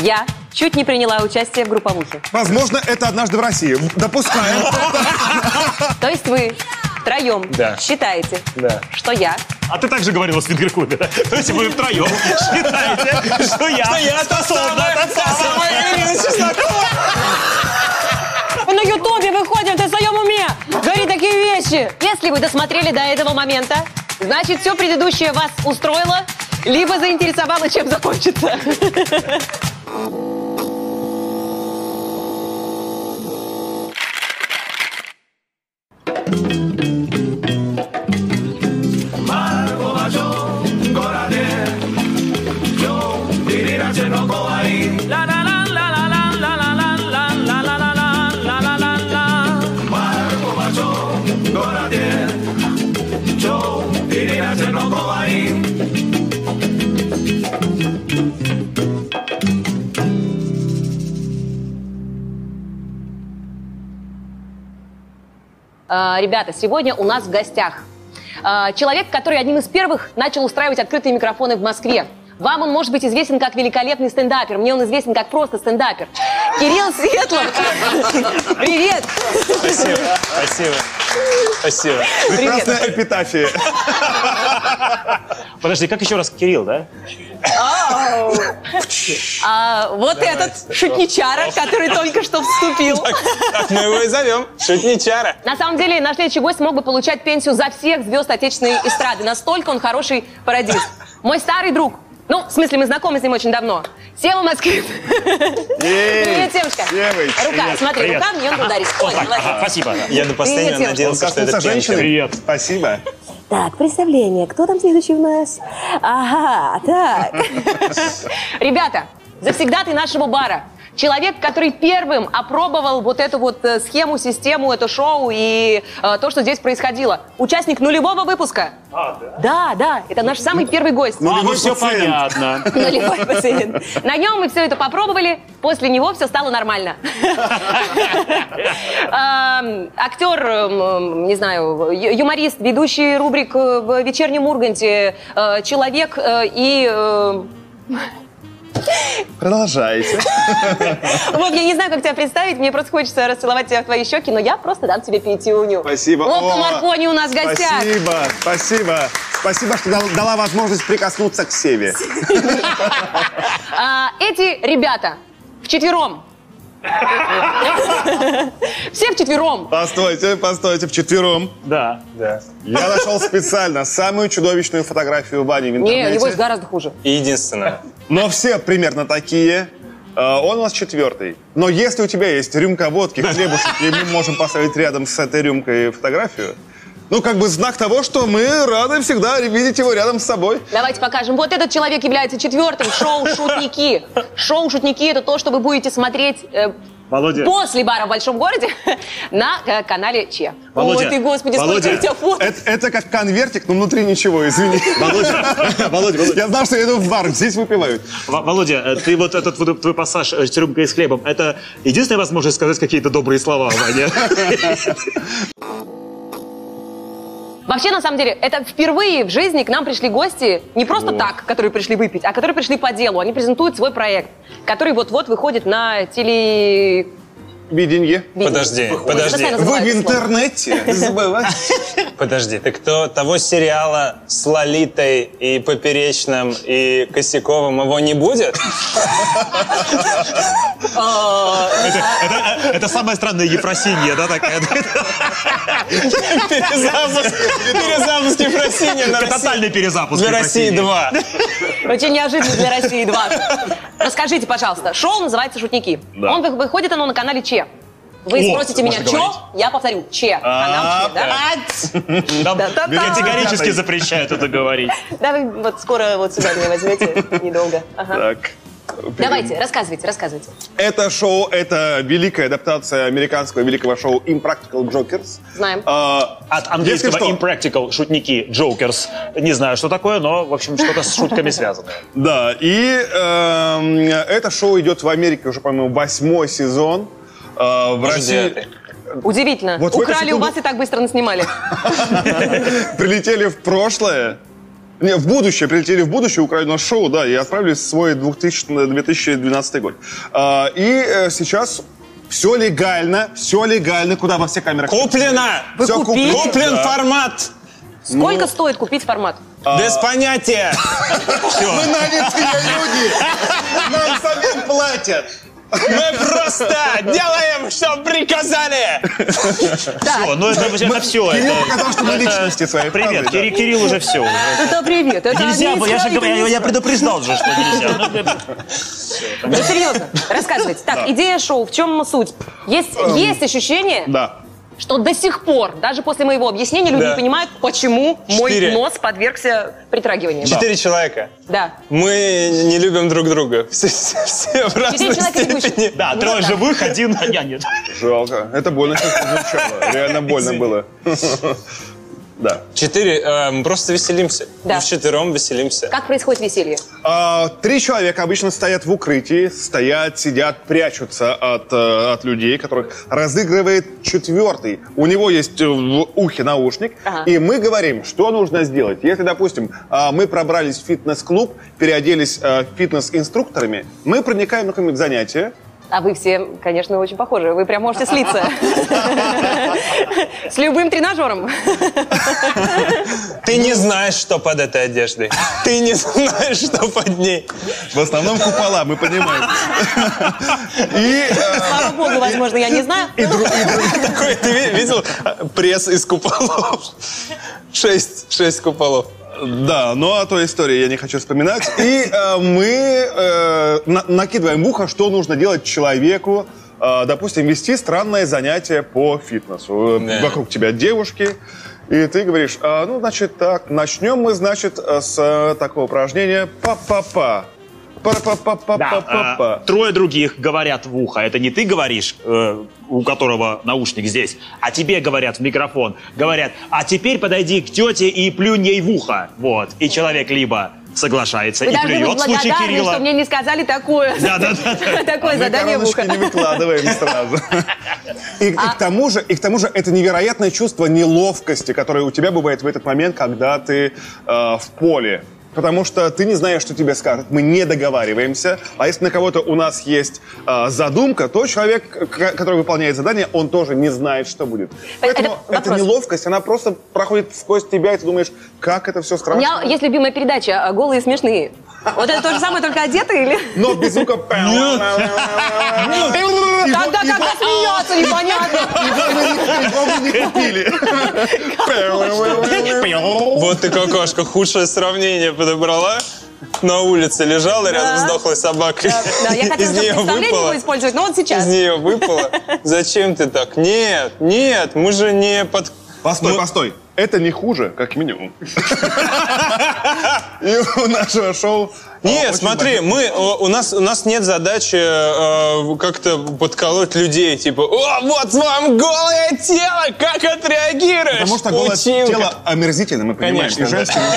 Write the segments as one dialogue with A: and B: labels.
A: Я чуть не приняла участие в групповухе.
B: Возможно, это однажды в России. Допускаем.
A: То есть вы втроем
C: Да.
A: считаете,
C: Да.
A: что я
D: А ты также говорила с Вингерклубе, да? То есть вы втроем считаете, что я способна танцевать.
A: Вы на Ютубе выходим, ты в своем уме! Говори такие вещи! Если вы досмотрели до этого момента, значит, все предыдущее вас устроило, либо заинтересовало, чем закончится. А, Ребята, сегодня у нас в гостях а, человек, который одним из первых начал устраивать открытые микрофоны в Москве. Вам он может быть известен как великолепный стендапер, мне он известен как просто стендапер. Кирилл Светлов! Привет!
C: Спасибо. Спасибо. Спасибо.
B: Прекрасная эпитафия.
D: Подожди, как еще раз Кирилл, да?
A: А вот этот шутничара, который только что вступил.
C: Так мы его и зовем. Шутничара.
A: На самом деле, наш следующий гость мог бы получать пенсию за всех звезд отечественной эстрады. Настолько он хороший пародист. Мой старый друг. Ну, в смысле, мы знакомы с ним очень давно. Сева Москвин. Привет, девушка.
B: Севыч,
A: Рука, смотри,
D: привет.
A: рука мне он ударит. Ой,
D: Вот так,
A: молодец.
D: ага, Спасибо. да.
C: Я до последнего
A: Привет,
C: надеялся, что
B: Коснуться
C: это
B: женщины.
C: женщина.
D: Привет. А,
B: Спасибо.
A: Так, представление. Кто там следующий у нас? Ага, так. Ребята, завсегдатый нашего бара. Человек, который первым опробовал вот эту вот э, схему, систему, это шоу и э, то, что здесь происходило. Участник нулевого выпуска. да? Да, это наш самый первый гость.
D: А, ну
B: Нулевой
D: все
B: пациент.
D: понятно.
A: Нулевой пациент. На нем мы все это попробовали, после него все стало нормально. Эм, Актер, эм, эм, не знаю, ю- юморист, ведущий рубрик э, в «Вечернем Урганте», э, человек э, и... э,
B: Продолжайте.
A: Вов, я не знаю, как тебя представить, мне просто хочется расцеловать тебя в твои щеки, но я просто дам тебе пятиуню.
B: Спасибо.
A: Вовка
B: О,
A: Маркони у нас в гостях.
B: Спасибо, спасибо. Спасибо, что дал- дала возможность прикоснуться к Севе.
A: А, эти ребята вчетвером. Все вчетвером.
B: Постойте, постойте, вчетвером.
D: Да.
C: Да.
B: Я нашел специально самую чудовищную фотографию Вани в
A: Не, его
B: интернете.
A: гораздо хуже.
C: И единственное.
B: Но все примерно такие. Э, Он у нас четвертый. Но если у тебя есть рюмка водки, хлебушек, и мы можем поставить рядом с этой рюмкой фотографию, ну, как бы знак того, что мы рады всегда видеть его рядом с собой.
A: Давайте покажем. Вот этот человек является четвертым в шоу «Шутники». Шоу «Шутники» — это то, что вы будете смотреть э,
D: Володя.
A: после бара в Большом городе на э, канале Че. Ой,
D: Володя,
A: ты, господи, сколько
D: Володя, Э,
A: у тебя фото.
B: Это, это как конвертик, но внутри ничего, извини.
D: Володя, Володя, Володя.
B: Я знал, что я иду в бар, здесь выпивают.
D: В- Володя, э, ты вот этот вот твой пассаж э, с рюмкой и с хлебом, это единственная возможность сказать какие-то добрые слова, Ваня.
A: Вообще, на самом деле, это впервые в жизни к нам пришли гости не просто так, которые пришли выпить, а которые пришли по делу. Они презентуют свой проект, который вот-вот выходит на теле...
B: Виденье.
C: Подожди, подожди,
A: Постоянно забываю
B: Вы в
A: это слово.
B: интернете? Не забывайте.
C: подожди. Ты кто того сериала с Лолитой и Поперечным и Косяковым его не будет?
D: Это самая странная Ефросинья, да, такая?
C: Перезапуск, перезапуск Ефросиньи на России.
D: Тотальный перезапуск.
C: Для России 2.
A: Очень неожиданно для России 2. Расскажите, пожалуйста, шоу называется «Шутники».
D: Да.
A: Он вы- выходит оно на канале Че. Вы
D: О,
A: спросите меня,
D: можно
A: Че?
D: говорить. А,
A: Я повторю, Че. Канал Че, да?
D: Там
A: Да-да-да.
D: Категорически запрещают это говорить.
A: Да, вы вот скоро вот сюда меня возьмете, недолго. Ага.
B: Так.
A: Давайте, рассказывайте, рассказывайте.
B: Это шоу, это великая адаптация американского великого шоу Impractical Jokers.
A: Знаем.
B: А,
D: От
B: если
D: английского
B: что,
D: impractical, шутники, джокерс. Не знаю, что такое, но, в общем, что-то с шутками связано.
B: Да, и эм, это шоу идет в Америке уже, по-моему, восьмой сезон. Э, в России
C: Девятый.
A: Удивительно.
B: Вот в эту
A: Украли у
D: Ну.
B: секунду-
A: вас и так быстро наснимали.
B: прилетели в прошлое. Не, в будущее, прилетели в будущее, украли наше шоу, да, и отправились в свой 2000, 2012 год. А, и э, сейчас все легально, все легально, куда во все камеры.
C: Куплено!
A: Вы
B: Всё
A: купили?
B: куплено.
C: Куплен формат!
A: Сколько стоит купить формат?
C: Без понятия!
B: Мы нанятые люди! Нам самим платят!
C: Мы просто делаем, что приказали!
D: Все, ну это уже все.
B: Кирилл
D: это-
B: показал, что мы
D: это-
B: личности своей,
D: Привет,
B: правда, да.
D: Кири- Кирилл уже все.
A: Это привет. Это
D: Нельзя,
A: не
D: бы- я же
A: искали,
D: говорю,
A: это не
D: я- я предупреждал же, что нельзя. Ну,
A: Ну, серьезно, рассказывайте. Так, идея шоу, в чем суть? Есть,
D: Эм.
A: есть ощущение,
B: Да.
A: что до сих пор, даже после моего объяснения, люди
C: Да.
A: не понимают, почему мой
C: Четыре.
A: нос подвергся притрагиванию.
C: Четыре человека.
A: Да.
C: Мы не любим друг друга. Все, все- все в разной
A: человека не
C: степени.
A: выше.
D: Да,
A: Ну, Вот
D: трое
A: так.
D: живых, один... а Я нет.
B: Жалко. Это больно сейчас прозвучало. Реально больно было. Да.
C: Четыре, э, мы просто веселимся.
A: Да.
C: Мы вчетвером веселимся.
A: Как происходит веселье?
B: А, Три человека обычно стоят в укрытии, стоят, сидят, прячутся от, э, от людей, которых разыгрывает четвертый. У него есть э, в ухе наушник,
A: Ага.
B: и мы говорим, что нужно сделать. Если, допустим, а, мы пробрались в фитнес-клуб, переоделись э, фитнес-инструкторами, мы проникаем на какое-нибудь занятие.
A: А вы все, конечно, очень похожи. Вы прям можете слиться. С любым тренажером.
C: Ты не знаешь, что под этой одеждой. Ты не знаешь, что под ней.
B: В основном купола, мы понимаем. И э,
A: Слава богу, возможно, я не знаю.
C: Такой, ты ви- видел а, пресс из куполов? Шесть, шесть куполов.
B: Да, но о той истории я не хочу вспоминать. И э, мы э, на- накидываем в ухо, что нужно делать человеку. Э, допустим, вести странное занятие по фитнесу. Э,
C: Да.
B: Вокруг тебя девушки. И ты говоришь, «А, ну, значит, так, начнем мы, значит, э, с э, такого упражнения па-па-па.
D: Да,
B: Па-па-па-па-па-па.
D: э, трое других говорят в ухо. Это не ты говоришь, э, у которого наушник здесь, а тебе говорят в микрофон. Говорят, а теперь подойди к тете и плюнь ей в ухо. Вот. И человек либо соглашается
A: Вы
D: и
A: должны
D: плюет
A: быть
D: в случае
A: благодарны,
D: Кирилла.
A: что мне не сказали такое.
D: Да, да, да, да.
A: Такое
B: А Мы
A: задание в
B: короночки
A: ухо.
B: не выкладываем сразу. И, и к тому же, и к тому же, это невероятное чувство неловкости, которое у тебя бывает в этот момент, когда ты э, в поле. Потому что ты не знаешь, что тебе скажут. Мы не договариваемся. А если на кого-то у нас есть э, задумка, то человек, к- который выполняет задание, он тоже не знает, что будет. Поэтому
A: это
B: эта
A: вопрос.
B: неловкость, она просто проходит сквозь тебя, и ты думаешь, как это все
A: У
B: страшно.
A: меня есть любимая передача а, «Голые и смешные». Вот это то же самое, только одеты или?
B: Но без звука... И вот-
A: Тогда
B: и вот-
A: как-то смеяться, непонятно.
B: Его мы не купили.
C: Вот ты, какашка, худшее сравнение подобрала. На улице лежала рядом с дохлой собакой.
A: Да, я хотела чтобы
C: Из
A: представление
C: нее
A: его
C: выпало.
A: использовать, но вот
C: Из
A: сейчас.
C: нее выпало. Зачем ты так? Нет, нет, мы же не под...
B: Постой,
C: Ну.
B: постой. Это не хуже, как минимум. И у нашего шоу... э,
C: Нет,
B: очень
C: смотри, мы, э, у, нас, у нас нет задачи э, как-то подколоть людей, типа, о, вот вам голое тело, как отреагируешь?
B: Потому что голое
C: Паутинка».
B: тело омерзительно, мы понимаем.
C: Конечно,
B: И женщина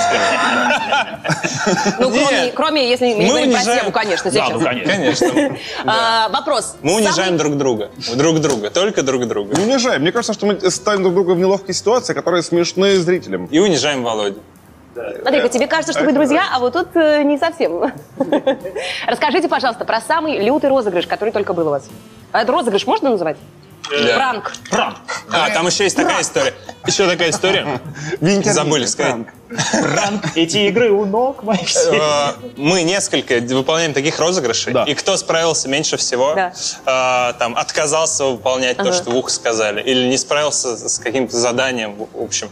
B: не успела.
A: Ну, кроме,
C: Нет.
A: кроме, если мы
C: Мы
A: говорим про
C: унижаем.
A: тему, конечно,
D: Да,
A: сейчас.
D: ну конечно.
C: Конечно.
A: А, Вопрос.
C: Мы
A: Самый-
C: унижаем друг друга. Друг друга, только друг друга.
B: Не унижаем. Мне кажется, что мы ставим друг друга в неловкие ситуации, которые смешны зрителям.
C: И унижаем Володю.
A: Смотри-ка, тебе кажется, что вы друзья, а вот тут э, не совсем. Расскажите, пожалуйста, про самый лютый розыгрыш, который только был у вас. А Это розыгрыш можно называть? Э,
C: Да.
A: Пранк.
D: Пранк.
C: А, там еще есть такая история. Еще такая история.
B: Винтер
C: Забыли
B: Винтер,
C: сказать.
B: пранк.
D: Пранк. Эти игры у ног моих всех.
C: Э, Мы несколько выполняем таких розыгрышей.
B: Да.
C: И кто справился меньше всего,
A: Да.
C: э, там, отказался выполнять то,
A: Ага.
C: что в ухо сказали, или не справился с с каким-то заданием, в в общем,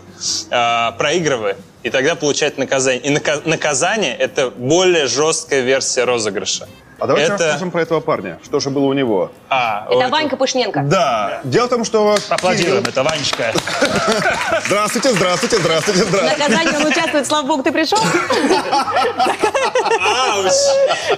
C: э, проигрывает. И тогда получает наказание. И нака- наказание — это более жесткая версия розыгрыша.
B: А давайте
C: Это-
B: расскажем про этого парня. Что же было у него?
C: А,
A: Это
C: вот.
A: Ванька Пышненко.
B: Да. Дело в том, что...
D: Аплодируем, это Ванечка.
B: Здравствуйте, здравствуйте, здравствуйте,
A: На
B: здравствуйте.
A: Казани он участвует, слава богу, ты пришел.
C: Ауч!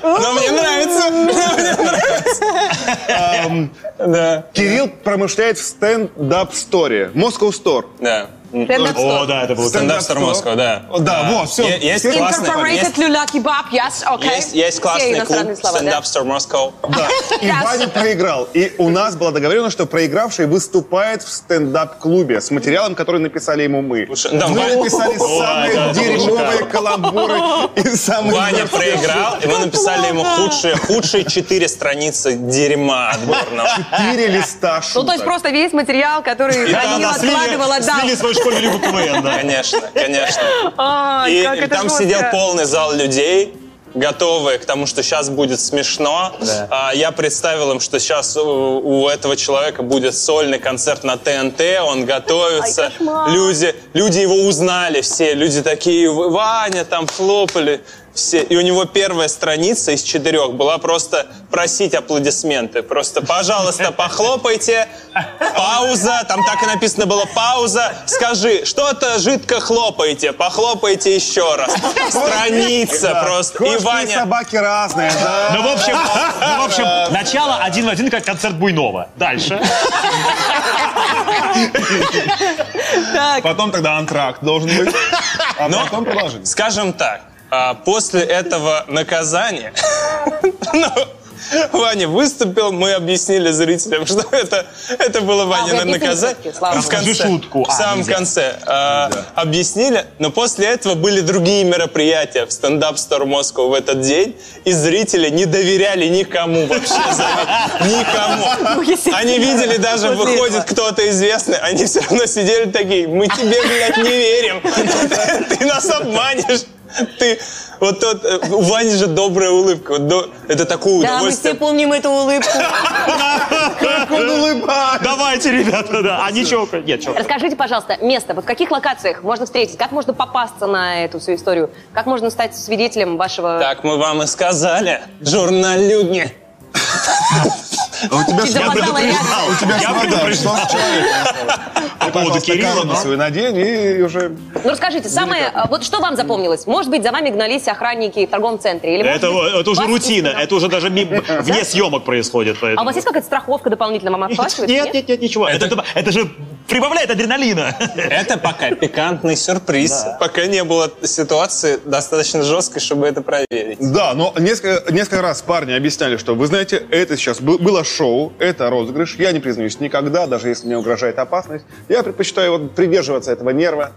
C: Но мне нравится! Но мне нравится! Да.
B: Кирилл промышляет в стендап-сторе. Moscow Store.
C: Да.
A: Стендап
D: О,
A: стор.
D: да, это было
C: Стендап Стармовского, да.
B: О, да,
C: А,
B: вот, всё.
C: е- Есть
B: Incorporated
C: классный,
A: Incorporated
C: есть-
A: люля кебаб, yes, okay.
C: есть- есть
A: Все
C: классный
A: иностранные
C: клуб
A: слова, да.
C: Стендап Стармовского.
B: Да. И Ваня проиграл. И у нас была договоренность, что проигравший выступает в стендап-клубе с материалом, который написали ему мы.
C: Лучше- да,
B: мы
C: Ваня-
B: написали самые
D: да, это было
B: дерьмовые каламбуры и самые...
C: Ваня проиграл, и мы написали ему худшие, худшие четыре страницы дерьма отборного.
B: Четыре листа
A: Ну, то есть
B: шуток.
A: просто весь материал, который
C: И
A: я
C: там
A: не
C: нас слили-
A: откладывала, да.
D: Слили свою школьную лигу КВН, да.
C: Конечно, конечно.
A: Ай,
C: И
A: как это
C: там
A: жестко.
C: сидел полный зал людей, готовые к тому, что сейчас будет смешно. А, я представил им, что сейчас у, у этого человека будет сольный концерт на ТНТ, он готовится.
A: Ай, кошмар.
C: люди, люди его узнали все, люди такие, «Вы- Ваня, там хлопали. Все. И у него первая страница из четырех была просто просить аплодисменты. Просто, пожалуйста, похлопайте. Пауза. Там так и написано было пауза. Скажи, что-то жидко хлопаете. Похлопайте еще раз. Страница
B: Да.
C: просто. И
B: Кошки и
C: Ваня...
B: собаки разные, да.
D: Ну, в общем, ну, в общем, начало один в один, как концерт Буйнова. Дальше.
A: Так,
B: Потом тогда антракт должен быть. А
C: Но-
B: потом продолжение.
C: Скажем так, а, после этого наказания ну, Ваня выступил, мы объяснили зрителям, что это, это было Ваня
A: объяснили
C: наказание.
A: всё-таки, слава
C: в
A: богу.
C: конце,
D: Скажи шутку.
C: В
D: А,
C: самом
D: нельзя.
C: конце а, объяснили, но после этого были другие мероприятия в стендап Star Moscow в этот день, и зрители не доверяли никому вообще, заметь,
A: Ну,
C: никому.
A: естественно.
C: Они видели даже,
A: После
C: выходит кто-то известный, они все равно сидели такие, мы тебе, блядь, не верим. Ты- Ты нас обманешь. Ты, вот тот, э, у Вани же добрая улыбка. Вот до- это такое
A: да, мы все
C: удовольствие.
A: помним эту улыбку.
B: Он улыбается.
D: Давайте, ребята, да. А ничего, нет, чё.
A: Расскажите, пожалуйста, место, вот в каких локациях можно встретить, как можно попасться на эту всю историю, как можно стать свидетелем вашего...
C: Так мы вам и сказали, журналюдни.
B: А у тебя
A: Ты
B: с-
A: замотала
D: предупреждал.
A: ряд.
B: А, у тебя
D: Я
B: с-
D: предупреждал.
B: да, что с человеком?
D: По
B: Ты,
D: поводу
B: пожалуйста,
D: Кирилла,
B: корону
D: но-
B: свою надень и уже...
A: Ну расскажите, самое, а, вот что вам запомнилось? Может быть, за вами гнались охранники в торговом центре? Или, может
D: Это,
A: быть,
D: это уже
A: вас
D: рутина,
A: искали?
D: это уже даже ми- вне съемок происходит.
A: А у
D: поэтому.
A: вас есть какая-то страховка дополнительно, вам оплачивается?
D: Нет, нет, нет, ничего. Это, это, это же прибавляет адреналина.
C: Это пока пикантный сюрприз. Пока не было ситуации достаточно жесткой, чтобы это проверить.
B: Да, но несколько, несколько раз парни объясняли, что, вы знаете, это сейчас бы- было шоу, это розыгрыш, я не признаюсь никогда, даже если мне угрожает опасность. Я предпочитаю вот придерживаться этого нерва.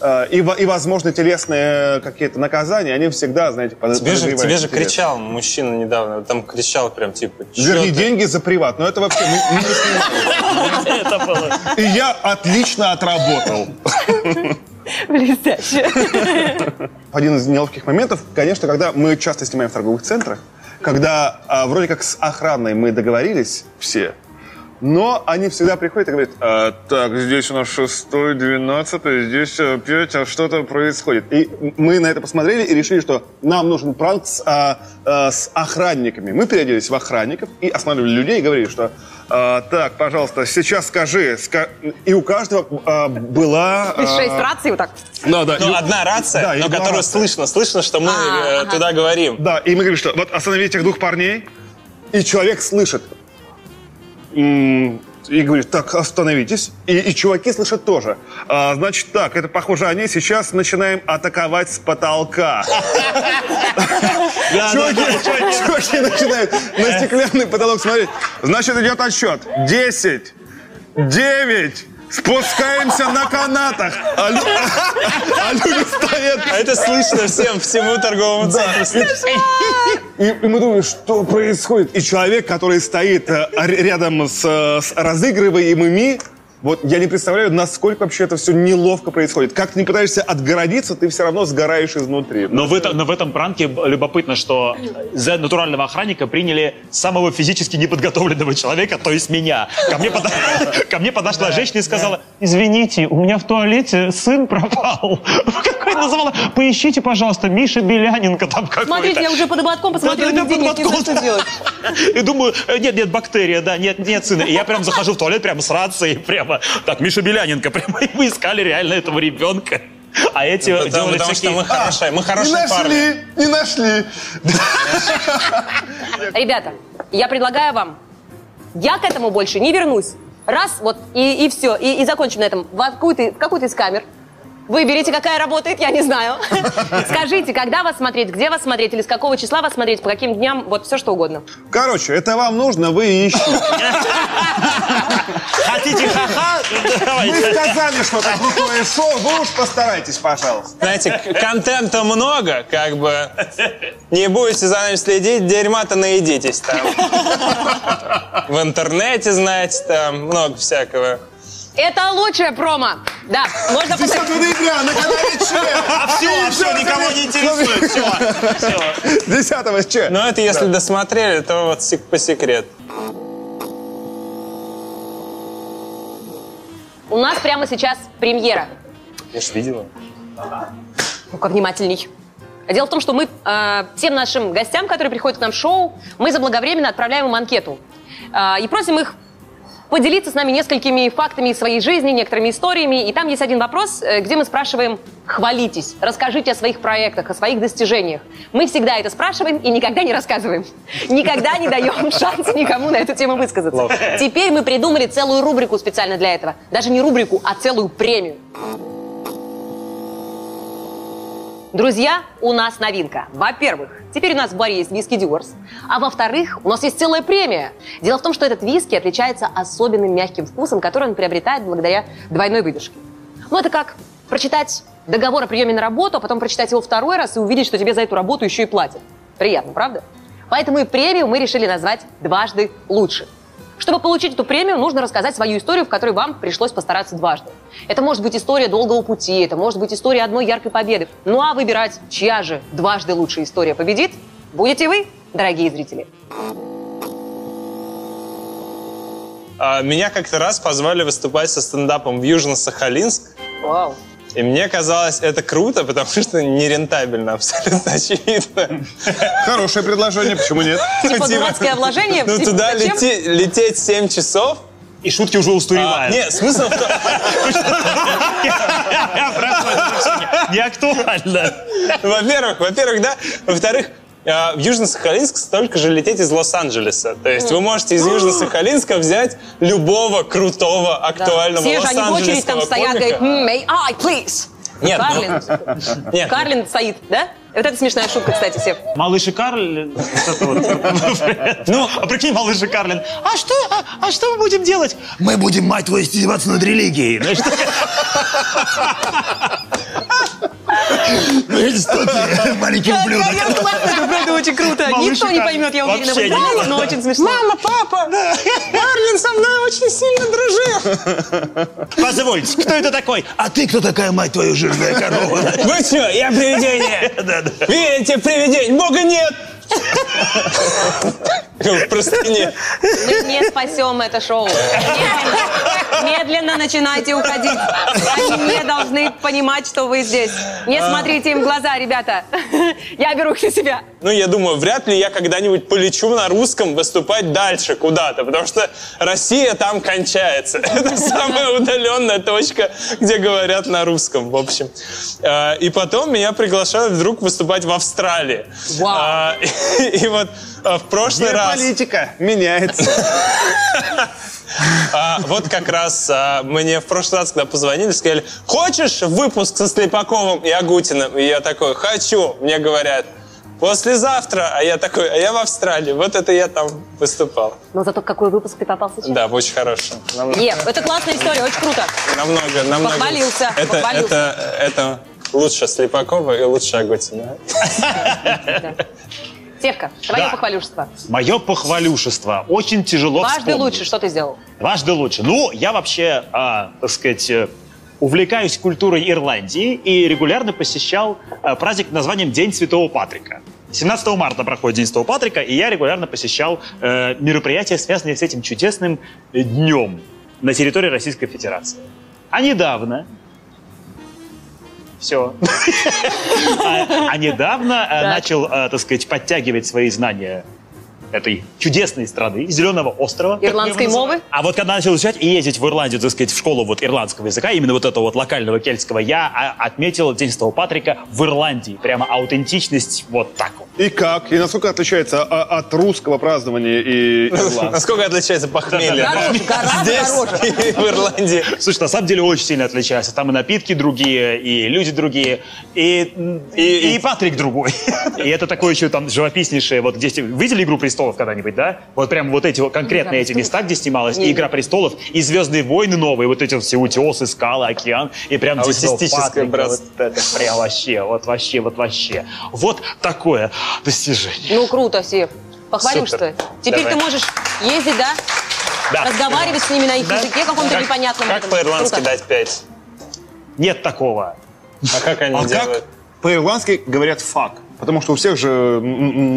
B: Э, И, во- и возможно, телесные какие-то наказания, они всегда, знаете, под-
C: Тебе же,
B: подогревают
C: тебе же
B: интерес.
C: кричал мужчина недавно, там кричал прям типа... «Чё
B: Верни
C: ты?»
B: деньги за приват. Но это вообще... мы- мы не снимаем.
D: Это было.
B: И я отлично отработал.
A: Блестяще.
B: Один из неловких моментов, конечно, когда мы часто снимаем в торговых центрах, когда а, вроде как с охраной мы договорились все, но они всегда приходят и говорят, «А, так, здесь у нас шестой, двенадцатый, здесь э, пять, а что-то происходит. И мы на это посмотрели и решили, что нам нужен пранк с, а, а, с охранниками. Мы переоделись в охранников и останавливали людей и говорили, что «А, так, пожалуйста, сейчас скажи, ска- и у каждого а, была... а,
A: Шесть раций вот так.
B: Да, да.
C: Ну,
B: и-
C: одна рация,
B: Да, и
C: но
B: одна
C: которую
B: рация.
C: слышно, слышно, что мы
A: А,
C: э,
A: ага.
C: туда говорим.
B: Да, и мы говорим, что вот останови этих двух парней, и человек слышит. М, И говорит, так, остановитесь. И, и чуваки слышат тоже. А, значит так, это похоже они. Сейчас начинаем атаковать с потолка.
D: Да, да,
B: Чуваки, Э.
D: да, чё, нет.
B: чуваки начинают на стеклянный потолок смотреть. Значит, идет отсчет. Десять, девять, спускаемся на канатах. А, лю- а люди стоят
C: А это слышно всем, всему торговому центру. слышно.
B: И, и мы думаем, что происходит. И человек, который стоит э, р- рядом с, э, с разыгрываемыми, вот я не представляю, насколько вообще это все неловко происходит. Как ты не пытаешься отгородиться, ты все равно сгораешь изнутри. Ну,
D: Но в, этом, но в этом пранке б- любопытно, что за натурального охранника приняли самого физически неподготовленного человека, то есть меня. Ко мне, пода- ко мне подошла женщина и сказала, извините, у меня в туалете сын пропал. Какой называла? Поищите, пожалуйста, Миша Беляненко там
C: А,
D: какой-то.
A: Смотрите, я уже под ободком посмотрела,
D: Да-да-да,
A: нигде
D: под
A: нет, не знаю,
D: ободком,
A: что делать.
D: И думаю, э, нет, нет, бактерия, да, нет, нет, сына. И я прям захожу в туалет, прямо с рацией, прямо так, Миша Беляненко, прямо и мы искали реально этого ребенка. А эти
C: Потому,
D: делали
C: потому что
D: всякие...
C: мы хорошие, мы
B: не
C: хорошие
B: нашли,
C: парни.
B: не нашли.
A: Ребята, я предлагаю вам, я к этому больше не вернусь. Раз, вот, и, и все. И, и закончим на этом. В какую-то, в какую-то из камер выберите, какая работает, я не знаю. Скажите, когда вас смотреть, где вас смотреть, или с какого числа вас смотреть, по каким дням, вот все что угодно.
B: Короче, это вам нужно, вы и ищете.
D: Хотите ха-ха?
B: Мы
D: Давайте.
B: сказали, что это крутое шоу, вы уж постарайтесь, пожалуйста.
C: Знаете, к- контента много, как бы. Не будете за нами следить, дерьма-то наедитесь там. В интернете, знаете, там много всякого.
A: Это лучшее промо. Да, можно
B: 10
A: посмотреть.
B: ноября на канале
D: А
B: Че.
D: все, все, никого не интересует. Все, все.
B: 10 Че.
C: Но это если досмотрели, то вот сек- по секрету.
A: У нас прямо сейчас премьера.
C: Я ж видела.
A: Ну-ка, внимательней. Дело в том, что мы э, всем нашим гостям, которые приходят к нам в шоу, мы заблаговременно отправляем им анкету. Э, и просим их поделиться с нами несколькими фактами из своей жизни, некоторыми историями. И там есть один вопрос, э, где мы спрашиваем «Хвалитесь, расскажите о своих проектах, о своих достижениях». Мы всегда это спрашиваем и никогда не рассказываем. Никогда не даем шанс никому на эту тему высказаться. Теперь мы придумали целую рубрику специально для этого. Даже не рубрику, а целую премию. Друзья, у нас новинка. Во-первых, теперь у нас в баре есть виски Дюрс. А во-вторых, у нас есть целая премия. Дело в том, что этот виски отличается особенным мягким вкусом, который он приобретает благодаря двойной выдержке. Ну, это как прочитать договор о приеме на работу, а потом прочитать его второй раз и увидеть, что тебе за эту работу еще и платят. Приятно, правда? Поэтому и премию мы решили назвать «Дважды лучше». Чтобы получить эту премию, нужно рассказать свою историю, в которой вам пришлось постараться дважды. Это может быть история долгого пути, это может быть история одной яркой победы. Ну а выбирать, чья же дважды лучшая история победит, будете вы, дорогие зрители.
C: А, Меня как-то раз позвали выступать со стендапом в Южно-Сахалинск.
A: Вау.
C: И мне казалось, это круто, потому что нерентабельно абсолютно очевидно.
B: Хорошее предложение, почему нет?
A: Типа дурацкое вложение.
C: Ну
A: типа,
C: туда
A: зачем?
C: лети- лететь 7 часов.
D: И шутки уже
C: А,
D: устаревают.
C: Нет, смысл в том,
D: Прошу прощения, не актуально.
C: Во-первых, во-первых, да. Во-вторых, э, в Южно-Сахалинск столько же лететь из Лос-Анджелеса. То есть вы можете из Южно-Сахалинска взять любого крутого,
A: Да.
C: актуального
A: Все же они в очередь там
C: лос-анджелесского
A: стоят,
C: комика.
A: говорят, «М, may I, please.
C: Нет, ну,
A: Карлин.
C: Нет,
A: Карлин стоит, да? Вот это смешная шутка, кстати, Сев.
D: Малыш и Карлин. вот это вот. Ну, а прикинь, малыш и Карлин. А что, а, а что мы будем делать? Мы будем, мать твою, издеваться над религией.
E: Ну,
D: Знаешь,
E: ну, Эти маленький ублюдок.
A: Я классно, это правда очень круто.
D: Малыш
A: Никто
D: и
A: не
D: Карлин.
A: поймет, я уверена,
D: Вообще
A: вы
D: не
A: правы,
D: понятно.
A: но очень смешно.
C: Мама, папа, Карлин со мной очень сильно дружил.
D: позвольте, кто это такой?
E: А ты кто такая, мать твою, жирная корова?
C: Вы что, я привидение. Верите в привидение? Бога нет. Ну, В простыне.
A: Мы не спасем это шоу. Медленно начинайте уходить. Они не должны понимать, что вы здесь. Не смотрите им в глаза, ребята. Я беру их на себя.
C: Ну, я думаю, вряд ли я когда-нибудь полечу на русском выступать дальше куда-то, потому что Россия там кончается. Это самая удаленная точка, где говорят на русском, в общем. Э, И потом меня приглашают вдруг выступать в Австралии.
A: Вау.
C: Э, И и вот э, в прошлый раз...
B: Политика меняется.
C: А, вот как раз а, мне в прошлый раз, когда позвонили, сказали, хочешь выпуск со Слепаковым и Агутиным? И я такой, хочу. Мне говорят, послезавтра. А я такой, а я в Австралии. Вот это я там выступал.
A: Но зато какой выпуск ты попал сейчас.
C: Да, очень хорошо. Нам-
A: Е, это классная история, очень круто.
C: Намного, намного.
A: Похвалился,
C: Это,
A: похвалился.
C: это, это лучше Слепакова и лучше Агутина.
A: Севка, твое
D: Да.
A: похвалюшество.
D: Мое похвалюшество. Очень тяжело
A: Дважды
D: вспомнить.
A: лучше, что ты сделал.
D: Дважды лучше. Ну, я вообще, а, так сказать, э, увлекаюсь культурой Ирландии и регулярно посещал э, праздник под названием День Святого Патрика. 17 марта проходит День Святого Патрика, и я регулярно посещал э, мероприятия, связанные с этим чудесным днем на территории Российской Федерации. А недавно... Все. А а недавно э, начал, э, так сказать, подтягивать свои знания этой чудесной страны, зеленого острова. как мы его
A: Ирландской
D: называем.
A: мовы?
D: А вот когда начал изучать и ездить в Ирландию, так сказать, в школу вот ирландского языка, именно вот этого вот локального кельтского, я а, отметил День Святого Патрика в Ирландии. Прямо аутентичность вот так вот.
B: И как? И насколько отличается а, от русского празднования и ирландского?
C: Насколько отличается похмелье?
A: Дороже, гораздо
C: Здесь
A: дороже.
C: и в Ирландии.
D: Слушай, на самом деле очень сильно отличается. Там и напитки другие, и люди другие, и, и, и Патрик другой. И это такое еще там живописнейшее. Вот где сни- видели «Игру престолов» когда-нибудь, да? Вот прям вот эти вот конкретно эти места, где снималась и «Игра престолов», и «Звездные войны» новые, вот эти вот все утесы, скалы, океан, и прям здесь А вот
C: Аутистическое
D: Патрик,
C: братство.
D: Вот это прям вообще, вот вообще, вот вообще. Вот такое достижение.
A: Ну, круто, Сев. Похвалюшь
C: Супер.
A: ты. Теперь
C: Давай.
A: ты можешь ездить, да?
D: Да.
A: Разговаривать с ними на их
D: Да.
A: языке каком-то
D: Как-
A: непонятном.
C: Как
A: этом.
C: по-ирландски
A: Круто.
C: дать пять?
D: Нет такого.
C: А как они
B: А
C: делают?
B: как по-ирландски говорят «фак»? Потому что у всех же м,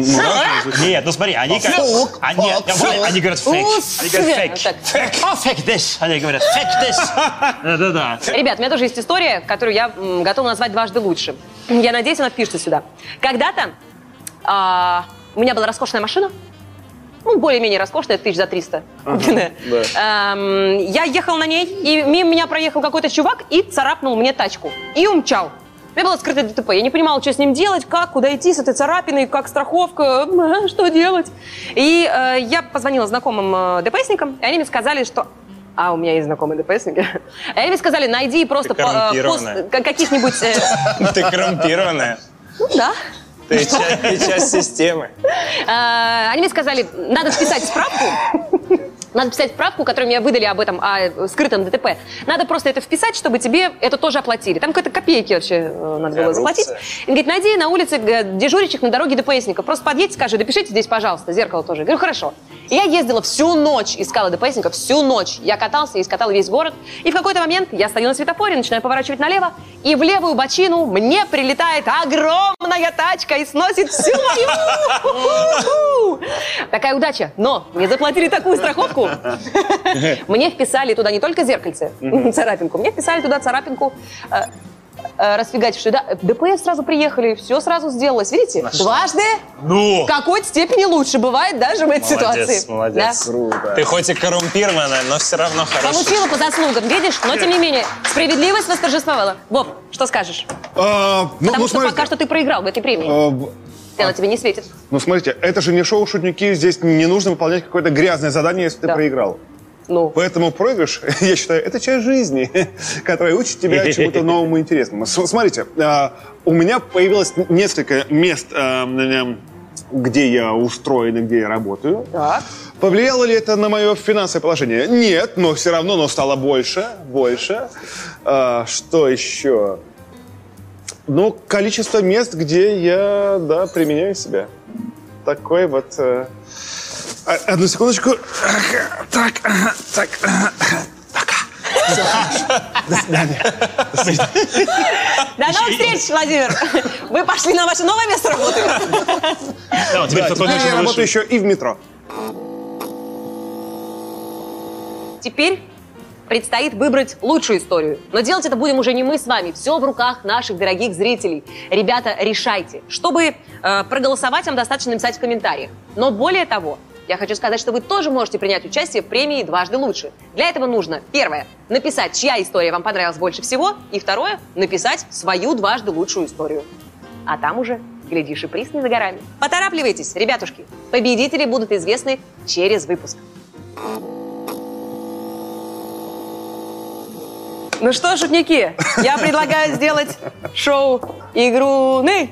B: м, ну, разные звуки.
D: Нет, ну смотри, они как...
E: Фук,
D: Они,
E: фук,
D: я говорю,
E: фук.
D: они говорят
A: У,
D: фейк. Они говорят
A: свя-
D: фейк.
A: Ну так.
D: О, фейк this. Они говорят фейк this. Да-да-да.
A: Ребят, у меня тоже есть история, которую я м, готова назвать дважды лучше. Я надеюсь, она впишется сюда. Когда-то а, у меня была роскошная машина. Ну, более-менее роскошная, тысяч за 300. Эм, Я ехал на ней, и мимо меня проехал какой-то чувак и царапнул мне тачку. И умчал. У меня было скрытое ДТП. Я не понимала, что с ним делать, как, куда идти с этой царапиной, как страховка, м, что делать. И э, я позвонила знакомым э, ДПСникам, и они мне сказали, что... А, у меня есть знакомые ДПСники. И Они мне сказали, найди просто
C: Ты
A: по- э,
C: коррумпированная.
A: пост- к- каких-нибудь... э,
C: Ты коррумпированная.
A: ну да.
C: Ты ча- ты часть системы.
A: Э, Они мне сказали, надо вписать справку. Надо писать справку, которую мне выдали об этом, о э, скрытом ДТП. Надо просто это вписать, чтобы тебе это тоже оплатили. Там какие-то копейки вообще э, надо было
C: Коррупция.
A: заплатить. И говорит, найди на улице э, дежурящих на дороге ДПСников. Просто подъедь, скажи, допишите здесь, пожалуйста, зеркало тоже. Я говорю, хорошо. И я ездила всю ночь, искала ДПСников, всю ночь. Я катался, я искатала весь город. И в какой-то момент я стою на светофоре, начинаю поворачивать налево, и в левую бочину мне прилетает огромная тачка и сносит всю мою. Такая удача. Но мне заплатили такую страховку. Мне вписали туда не только зеркальце, царапинку, мне вписали туда царапинку э, э, расфигачившую. Да, ДПС сразу приехали, все сразу сделалось. Видите? Дважды
D: Ну,
A: в какой-то степени лучше бывает даже в этой ситуации.
C: молодец.
A: Да.
C: Ты хоть и коррумпированная, но все равно хорошая.
A: Получила по заслугам, видишь? Но тем не менее, справедливость восторжествовала. Боб, что скажешь?
B: А, ну,
A: Потому
B: ну,
A: что
B: смотрите,
A: пока что ты проиграл в этой премии.
B: а, в-
A: Она тебе не светит.
B: ну, смотрите, это же не шоу «Шутники», здесь не нужно выполнять какое-то грязное задание, если ты
A: Да.
B: проиграл.
A: Ну,
B: Поэтому проигрыш, я считаю, это часть жизни, которая учит тебя чему-то новому и интересному. С- Смотрите, а, у меня появилось н- несколько мест, а, м, где я устроен и где я работаю.
A: так.
B: Повлияло ли это на мое финансовое положение? Нет, но все равно оно стало больше, больше. А, что еще? Ну, количество мест, где я, да, применяю себя. Такой вот... э, а- Одну секундочку. Ага, Так, ага, так, ага, пока. Всё, хорошо. До свидания. До свидания.
A: До новых встреч, Владимир! Вы пошли на ваше новое место работы.
D: да, вот теперь
B: Да,
D: спокойно
B: теперь я
D: очень
B: работаю
D: выше.
B: еще и в метро.
A: Теперь предстоит выбрать лучшую историю. Но делать это будем уже не мы с вами. Все в руках наших дорогих зрителей. Ребята, решайте. Чтобы э, проголосовать, вам достаточно написать в комментариях. Но более того, я хочу сказать, что вы тоже можете принять участие в премии «Дважды лучше». Для этого нужно, первое, написать, чья история вам понравилась больше всего, и второе, написать свою дважды лучшую историю. А там уже, глядишь, и приз не за горами. Поторапливайтесь, ребятушки. Победители будут известны через выпуск. Ну что, шутники, я предлагаю сделать шоу «Игруны».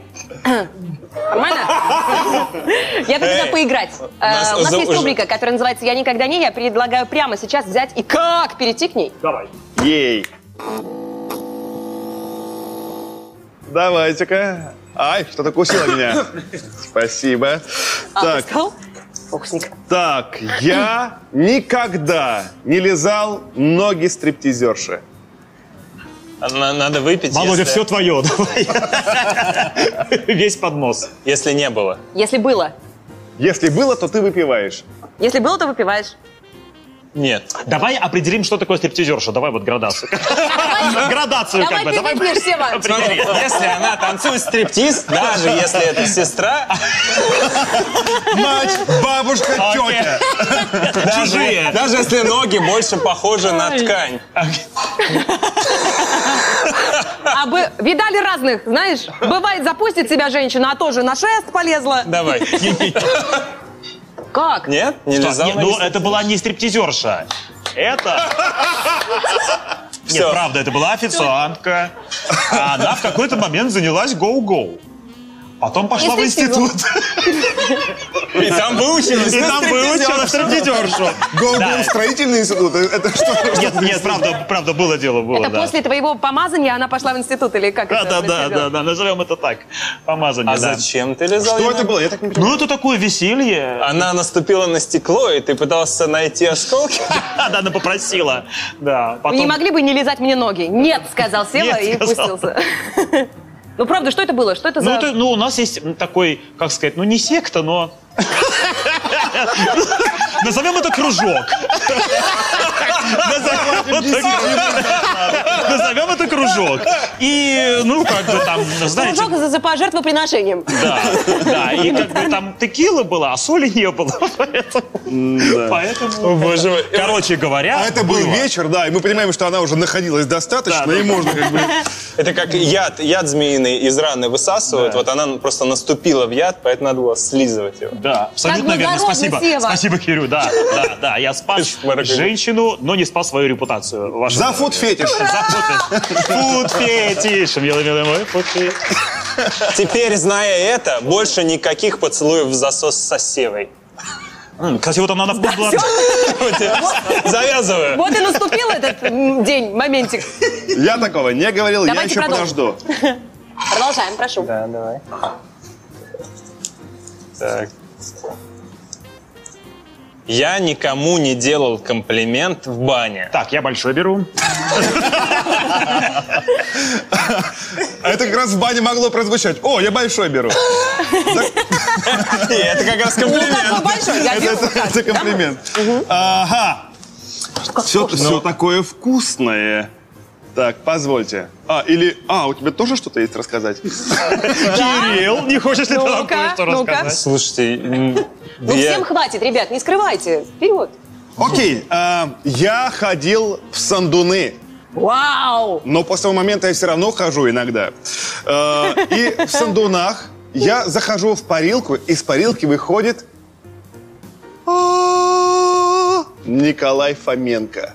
A: Нормально? Я предлагаю
C: Эй,
A: поиграть. Э, У
C: нас
A: нас
C: за-
A: есть
C: уже-
A: рубрика, которая называется «Я никогда не». Я предлагаю прямо сейчас взять и как перейти к ней.
D: Давай.
B: Ей. Давайте-ка. Ай, что-то кусило меня. Спасибо.
A: А, ты
B: Так,
A: сказал? Фокусник.
B: так, я никогда не лизал ноги стриптизерши.
C: А, На- Надо выпить,
D: Володя,
C: если-
D: все твое. давай. Весь поднос.
C: если не было.
A: Если было.
B: Если было, то ты выпиваешь.
A: Если было, то выпиваешь.
C: Нет.
D: Давай определим, что такое стриптизерша. Давай вот градацию. Градацию ну, как
A: Давай
D: бы.
A: ты
D: Давай
A: выпьешь, Сева.
D: определим.
C: Если она танцует стриптиз, даже если это сестра,
D: А
B: Мать, бабушка,
D: Окей.
B: тетя.
C: даже,
D: Чужие.
C: даже если ноги больше похожи на ткань.
A: А бы- видали разных, знаешь? Бывает, запустит себя женщина, а тоже на шест полезла.
C: Давай.
A: Как?
C: Нет? Не лизал?
D: Нет, Ну, это была не стриптизерша. Это... Нет,
C: Всё.
D: правда, это была официантка. А она в какой-то момент занялась гоу-гоу. Потом пошла в
A: Стриптизер.
D: институт.
C: И там ну, выучилась.
D: И
C: на
D: там
C: стриптизершу.
D: выучила стриптизершу. Да.
B: Голден строительный институт. Это что?
D: Нет, нет, правда, правда, было дело, было,
A: Это
D: да.
A: после твоего помазания она пошла в институт или как
D: Да,
A: это
D: да, да,
A: происходило?
D: да, да, назовем это так. Помазание,
C: А
D: да.
C: зачем ты лизал?
B: Что
C: ей
B: это
C: на-
B: было? Я так не понимаю.
D: Ну, это такое веселье.
C: Она наступила на стекло, и ты пытался найти осколки.
D: А, да, она попросила. Да,
A: Вы Не
D: А потом...
A: могли бы не лизать мне ноги? Нет, сказал Сева
D: Нет,
A: и
D: сказал.
A: пустился. Ну правда, что это было? Что это
D: Ну,
A: за...
D: это, ну, у нас есть м, такой, как сказать, ну, не секта, но... Назовем это кружок. Назовем это кружок. Назовем это кружок. И, ну, как бы там, знаете,
A: Кружок за, за пожертвоприношением.
D: да, да. И как бы там текила была, а соли не было. Поэтому... Поэтому...
C: боже мой.
D: Короче говоря,
B: А это был
D: было.
B: вечер, да, и мы понимаем, что она уже находилась достаточно,
D: Да,
B: и
D: да.
B: можно как бы...
C: Это как яд, яд змеиный из раны высасывают.
D: Да.
C: Вот она просто наступила в яд, поэтому надо было слизывать его.
D: Да, абсолютно верно.
A: благородно,
D: Спасибо.
A: Сева.
D: Спасибо, Кирю. Да, да, да. Я спас
C: Маргарита.
D: женщину, но не спас свою репутацию. Ваша
B: За фуд-фетиш.
D: Фуд фетиш, милый, милый мой, фуд фетиш.
C: Теперь, зная это, больше никаких поцелуев в засос со севой.
D: М, Кстати, вот она на вкус была...
C: Завязываю.
A: Вот и наступил этот м, день, моментик.
B: Я такого не говорил, я
A: Давайте
B: еще
A: продолжим.
B: подожду.
A: Продолжаем, прошу.
C: Да, давай. Так. Я никому не делал комплимент в бане.
D: Так, я большой беру.
B: А это как раз в бане могло прозвучать. О, я большой беру.
C: И это как раз комплимент.
A: Какой Ну, большой, я
B: Это,
A: беру.
B: это- это комплимент. Ага. Все, такое вкусное. Так, позвольте. А, или... А, у тебя тоже что-то есть рассказать?
D: Кирилл, не хочешь ли ты нам
A: Ну-ка,
D: кое-что
A: ну-ка.
D: рассказать?
C: Слушайте, м,
A: Ну
C: я-
A: всем хватит, ребят, не скрывайте. Вперед.
B: Окей, а, я ходил в сандуны.
A: Вау!
B: Но после того момента я все равно хожу иногда. Э, И в сандунах я захожу в парилку, из парилки выходит а, Николай Фоменко.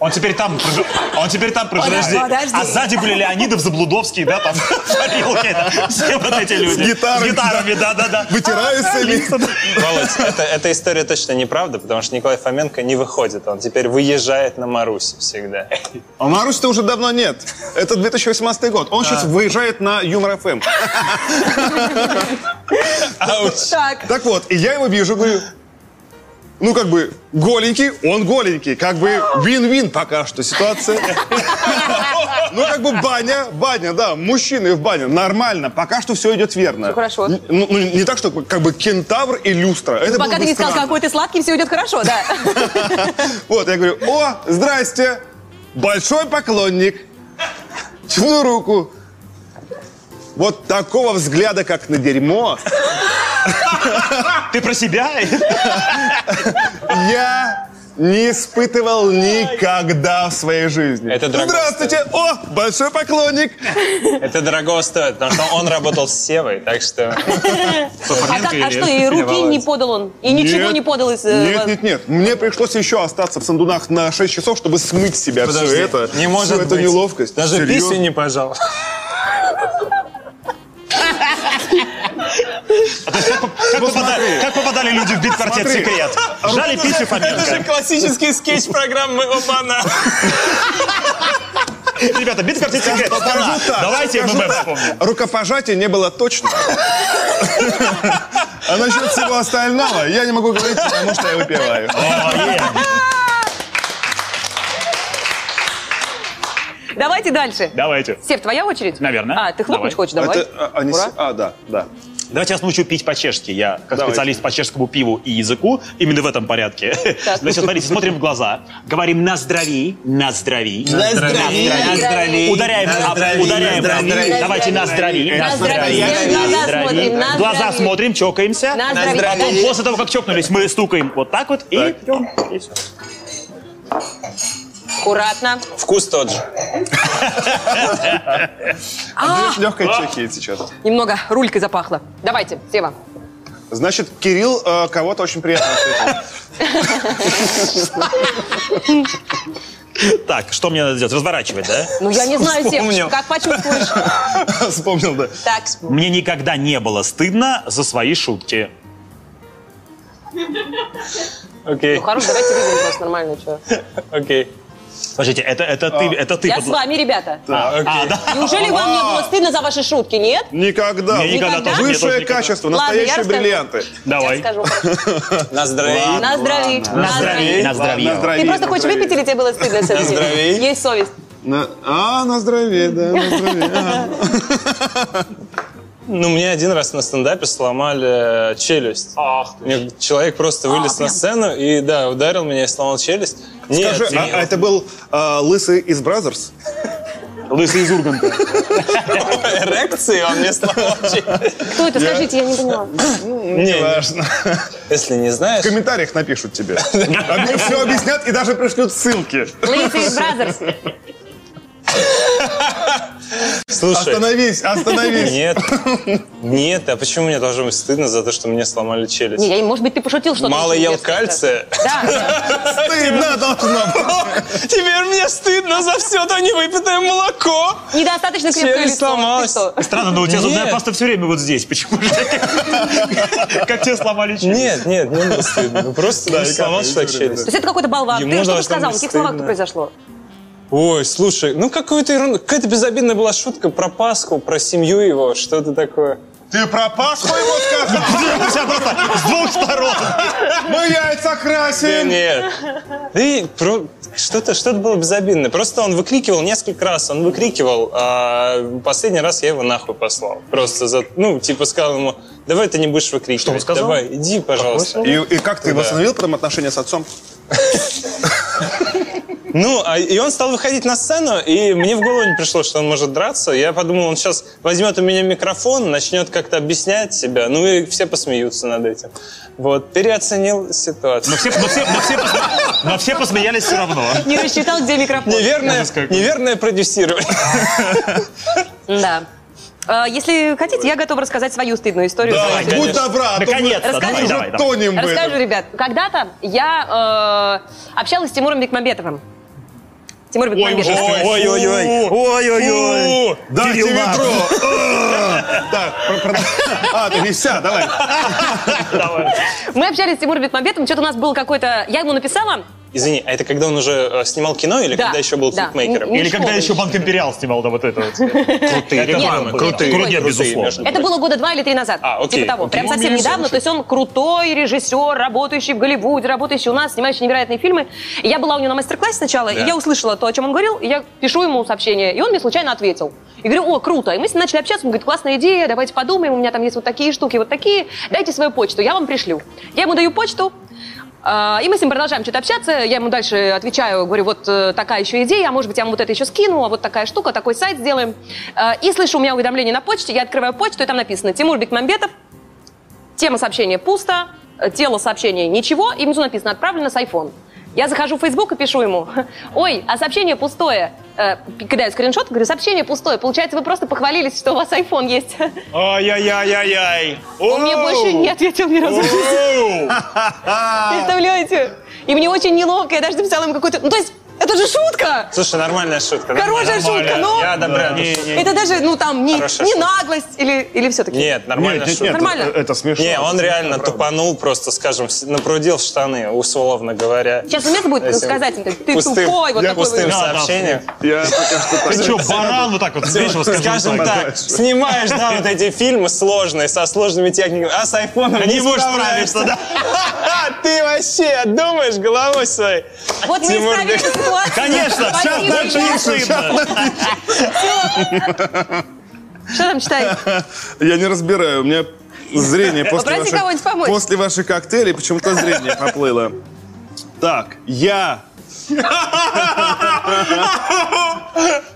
D: Он теперь там прожи- Он теперь там проживает.
A: Подожди, подожди.
D: А сзади были Леонидов, Заблудовский, да, там, парилки, да, все вот эти люди.
B: гитарами,
D: С гитарами, да-да-да.
B: Вытираются ли?
C: Володь, это, эта история точно неправда, потому что Николай Фоменко не выходит. Он теперь выезжает на Марусе всегда.
B: А Маруси-то уже давно нет. Это 2018 год. Он сейчас выезжает на Юмор эм. ФМ.
C: Ауч.
A: Так,
B: Так вот, и я его вижу, говорю, ну как бы голенький, он голенький, как бы вин-вин пока что ситуация. Ну как бы баня, баня, да, мужчины в бане, нормально, пока что все идет верно.
A: хорошо. Ну,
B: Н- Ну, ну, не так, что как бы кентавр и люстра. Это было
A: пока
B: бы
A: ты не сказал,
B: странно.
A: какой ты сладкий, все идет хорошо, да.
B: Вот, я говорю, о, здрасте, большой поклонник, тяну руку. Вот такого взгляда, как на дерьмо,
D: Ты про себя?
B: Я не испытывал никогда в своей жизни.
C: Это дорого
B: Здравствуйте! О, большой поклонник!
C: Это дорого стоит, потому что он работал с Севой, так что...
A: А, как- а что, и
C: Или
A: руки
C: Володь?
A: не подал он? И ничего
B: Нет.
A: не подал из... э,
B: Нет,
A: вас?
B: нет, нет. Мне пришлось еще остаться в сандунах на 6 часов, чтобы смыть с себя
C: Подожди,
B: все это.
C: не может
B: всю эту
C: быть.
B: неловкость.
C: Даже
B: Серьезно.
C: писю не пожал.
D: Как попадали, как попадали люди в бит-квартет
B: Смотри.
D: «Секрет»? Жали Петю
C: Это же
D: Фоменко.
C: классический скетч программы «Обана».
D: Ребята, бит-квартет «Секрет».
B: Скажу так,
D: Давайте
B: скажу
D: МММ
B: так.
D: вспомним.
B: Рукопожатия не было точно. А насчет всего остального я не могу говорить, потому что я выпиваю.
D: О, е.
A: Давайте дальше.
D: Давайте.
A: Сев, твоя очередь?
D: Наверное.
A: А, ты хлопнуть
D: Давай.
A: хочешь, давай.
B: Это, а, а, не с-
A: Ура.
B: а, да, да.
D: Давайте я вас научу пить по-чешски. Я как
B: Давайте.
D: специалист по чешскому пиву и языку, именно в этом порядке.
A: Так.
D: Значит, смотрите, смотрим в глаза, говорим «на здрави», «на здрави»,
F: На здрави.
A: На здрави.
D: Ударяем,
F: На
D: об-
F: здрави,
D: ударяем.
F: на
D: об-
F: здрави.
D: Давайте на здрави.
A: На здрави.
F: здрави.
A: Глаза
D: На здрави.
A: смотрим, на
D: Глаза
A: здрави.
D: смотрим, чокаемся.
A: На
D: Потом
A: здрави.
D: После того, как чокнулись, мы стукаем вот так вот и
B: Так.
D: пьем. И всё.
A: Аккуратно.
C: Вкус тот же.
A: А,
B: Легкая Чехия сейчас.
A: немного рулькой запахло. Давайте, Сева.
B: Значит, Кирилл э, кого-то очень приятно встретил.
D: Так, что мне надо делать? Разворачивать, да?
A: Ну, я не знаю, Сева,
C: Вспомнил.
A: как почувствуешь.
B: Вспомнил, да.
A: Так,
D: Мне никогда не было стыдно за свои шутки.
C: Окей,
A: ну, хорош, давайте выйдем просто нормально. чё.
C: окей.
D: Подождите, это, это ты, это ты.
A: А. Я
D: подла-
A: с вами, ребята.
C: А, окей.
A: Неужели вам не было стыдно за ваши шутки, нет?
B: Никогда.
D: Не,
A: никогда тоже,
D: мне
B: Высшее
D: тоже никогда.
B: качество,
A: Ладно, я
B: настоящие
A: расскажу.
B: бриллианты.
D: Давай.
A: Я скажу.
C: На здравии.
A: На здравии.
D: На здравии, на здравии.
B: На здравие,
A: Ты просто
B: на
A: хочешь
B: здравие.
A: выпить или тебе было стыдно? всё-таки?
C: здравии.
A: Есть совесть.
B: На- А, на здравие, да, на здравие. ага.
C: Ну, мне один раз на стендапе сломали э, челюсть.
D: Ах
C: Мне человек просто
A: А,
C: вылез на сцену и, да, ударил меня и сломал челюсть. Нет,
B: Скажи,
C: не-
B: а а это был э, Лысый из Бразерс?
D: Лысый из Урганта.
C: эрекции он мне сломал челюсть.
A: Кто это? Скажите, я не поняла.
C: Не, не,
B: Важно.
C: если не знаешь...
B: В комментариях напишут тебе. Они все объяснят и даже пришлют ссылки.
A: Лейси Бразерс.
C: Слушай,
B: Остановись, остановись.
C: нет, нет, а почему мне должно быть стыдно за то, что мне сломали челюсть?
A: Не, я- может быть, ты пошутил что-то.
C: Мало
A: очень
C: ел
A: детское.
C: кальция.
A: Да.
B: Стыдно должно быть.
C: Теперь мне стыдно за все то невыпитое молоко.
A: Недостаточно крепкое лицо.
C: Челюсть
A: Ты
C: сломалась.
A: что?
D: Странно, но у тебя
C: Нет.
D: зубная паста все время вот здесь. Почему же? Как тебе сломали челюсть?
C: Нет, нет, не было стыдно. Ну, Просто ну, сломал человек
A: То
C: челюсть.
A: есть это какой-то болван.
C: Ему
A: Ты что-то
C: должно
A: сказал?
C: быть
A: В каких словах это
C: стыдно.
A: произошло?
C: Ой, слушай, ну какую-то ерунду. Какая-то безобидная была шутка про Пасху, про семью его, что-то такое.
B: Ты про Пасху его сказал?
D: С двух сторон.
B: Мы яйца
C: Да
B: красим.
C: Э, нет. Да и про- что-то что было безобидное. Просто он выкрикивал несколько раз, он выкрикивал, а последний раз я его нахуй послал. Просто за, ну, типа сказал ему, давай ты не будешь выкрикивать.
D: Что он сказал?
C: Давай, иди, пожалуйста.
B: И, и как ты
C: Да.
B: восстановил потом отношения с отцом?
C: Ну, а- и он стал выходить на сцену, и мне в голову не пришло, что он может драться. Я подумал, он сейчас возьмет у меня микрофон, начнет как-то объяснять себя, ну и все посмеются над этим. Вот, переоценил ситуацию.
D: Но все, но все, но все, посме- но все посмеялись все равно.
A: Не рассчитал, где микрофон.
C: Неверное,
D: Надо сказать.
C: неверное продюсирование.
A: Да. А, Если хотите, я готова рассказать свою стыдную историю.
B: Да,
A: Давайте.
B: будь добра, а то мы
D: Наконец-то,
A: Расскажи.
D: давай, давай,
B: уже
D: давай.
B: тонем в
A: Расскажу,
B: этом.
A: ребят. Когда-то я э, общалась с Тимуром Бекмамбетовым. Тимур Бекмамбетов.
D: Ой-ой-ой. Ой-ой-ой.
B: Дайте
D: Кирилл Марк.
B: ведро. Так, про- про- а, ты не вся, давай.
A: Мы общались с Тимуром Бекмамбетовым. Что-то у нас было какое-то... Я ему написала,
C: Извини, а это когда он уже э, снимал кино или
A: Да,
C: когда еще был
A: да.
C: клипмейкером?
A: Не
D: Или когда
A: школа
D: еще Банк Империал снимал, да, вот это вот. Крутые
A: рекламы, крутые.
D: Нет,
C: между
D: безусловно.
A: Это было года два или три назад.
C: А, окей,
A: Типа того.
C: окей.
A: Прям совсем
C: Умеешь
A: недавно. То есть он крутой режиссер, работающий в Голливуде, работающий у нас, снимающий невероятные фильмы. И я была у него на мастер-классе сначала, и я услышала то, о чем он говорил, и я пишу ему сообщение, и он мне случайно ответил. И говорю, о, круто. И мы с ним начали общаться, он говорит, классная идея, давайте подумаем, у меня там есть вот такие штуки, вот такие, дайте свою почту, я вам пришлю. Я ему даю почту, а, И мы с ним продолжаем что-то общаться. Я ему дальше отвечаю, говорю, вот э, такая еще идея, а может быть, я ему вот это еще скину, а вот такая штука, такой сайт сделаем. А, И слышу, у меня уведомление на почте, я открываю почту, и там написано «Тимур Бекмамбетов», тема сообщения пусто, э, тело сообщения ничего, и внизу написано «Отправлено с iPhone». Я захожу в Facebook и пишу ему, ой, а сообщение пустое. Э, Кидаю скриншот, говорю, сообщение пустое. Получается, вы просто похвалились, что у вас iPhone есть.
D: Ай-яй-яй-яй-яй.
A: Он мне больше не ответил ни разу. Представляете? И мне очень неловко, я даже написала ему какую-то... Ну, то есть, это же шутка!
C: Слушай, нормальная шутка.
A: Хорошая
C: нормальная.
A: шутка, но...
C: Я одобряю. эту шутку.
A: Это даже, ну, там, не,
C: Хорошая
A: не
C: шутка.
A: наглость или, или все-таки...
C: Нет, нормальная
B: Нет, нет,
C: шутка.
B: нет,
A: Нормально?
B: это- Это смешно.
C: Не, он реально тупанул просто, скажем, с- напрудил в штаны, условно говоря.
A: Сейчас уместно будет
C: Этим
A: сказать, ну, ты
C: пустым-
A: тупой, вот
C: я
A: такой
C: пустым
A: вот.
D: Да, да,
C: сообщением.
B: Я пока что так.
D: Ты что, баран вот так вот, видишь, вот скажу,
C: Скажем
D: вот
C: так, снимаешь, да, вот эти фильмы сложные, со сложными техниками, а с айфоном не,
D: Не можешь
C: справишься.
D: справиться, да.
C: Ты вообще думаешь головой своей.
A: Вот мы и
C: Тимур,
A: справимся
C: да.
A: с ситуацией.
D: Конечно,
A: Спасибо,
D: сейчас
A: ребята.
D: начнется. стыдно.
A: Что там читаешь?
B: Я не разбираю, у меня Зрение после
A: Попроси
B: ваших-
A: кого-нибудь помочь.
B: После ваших коктейлей почему-то зрение поплыло. Так, я.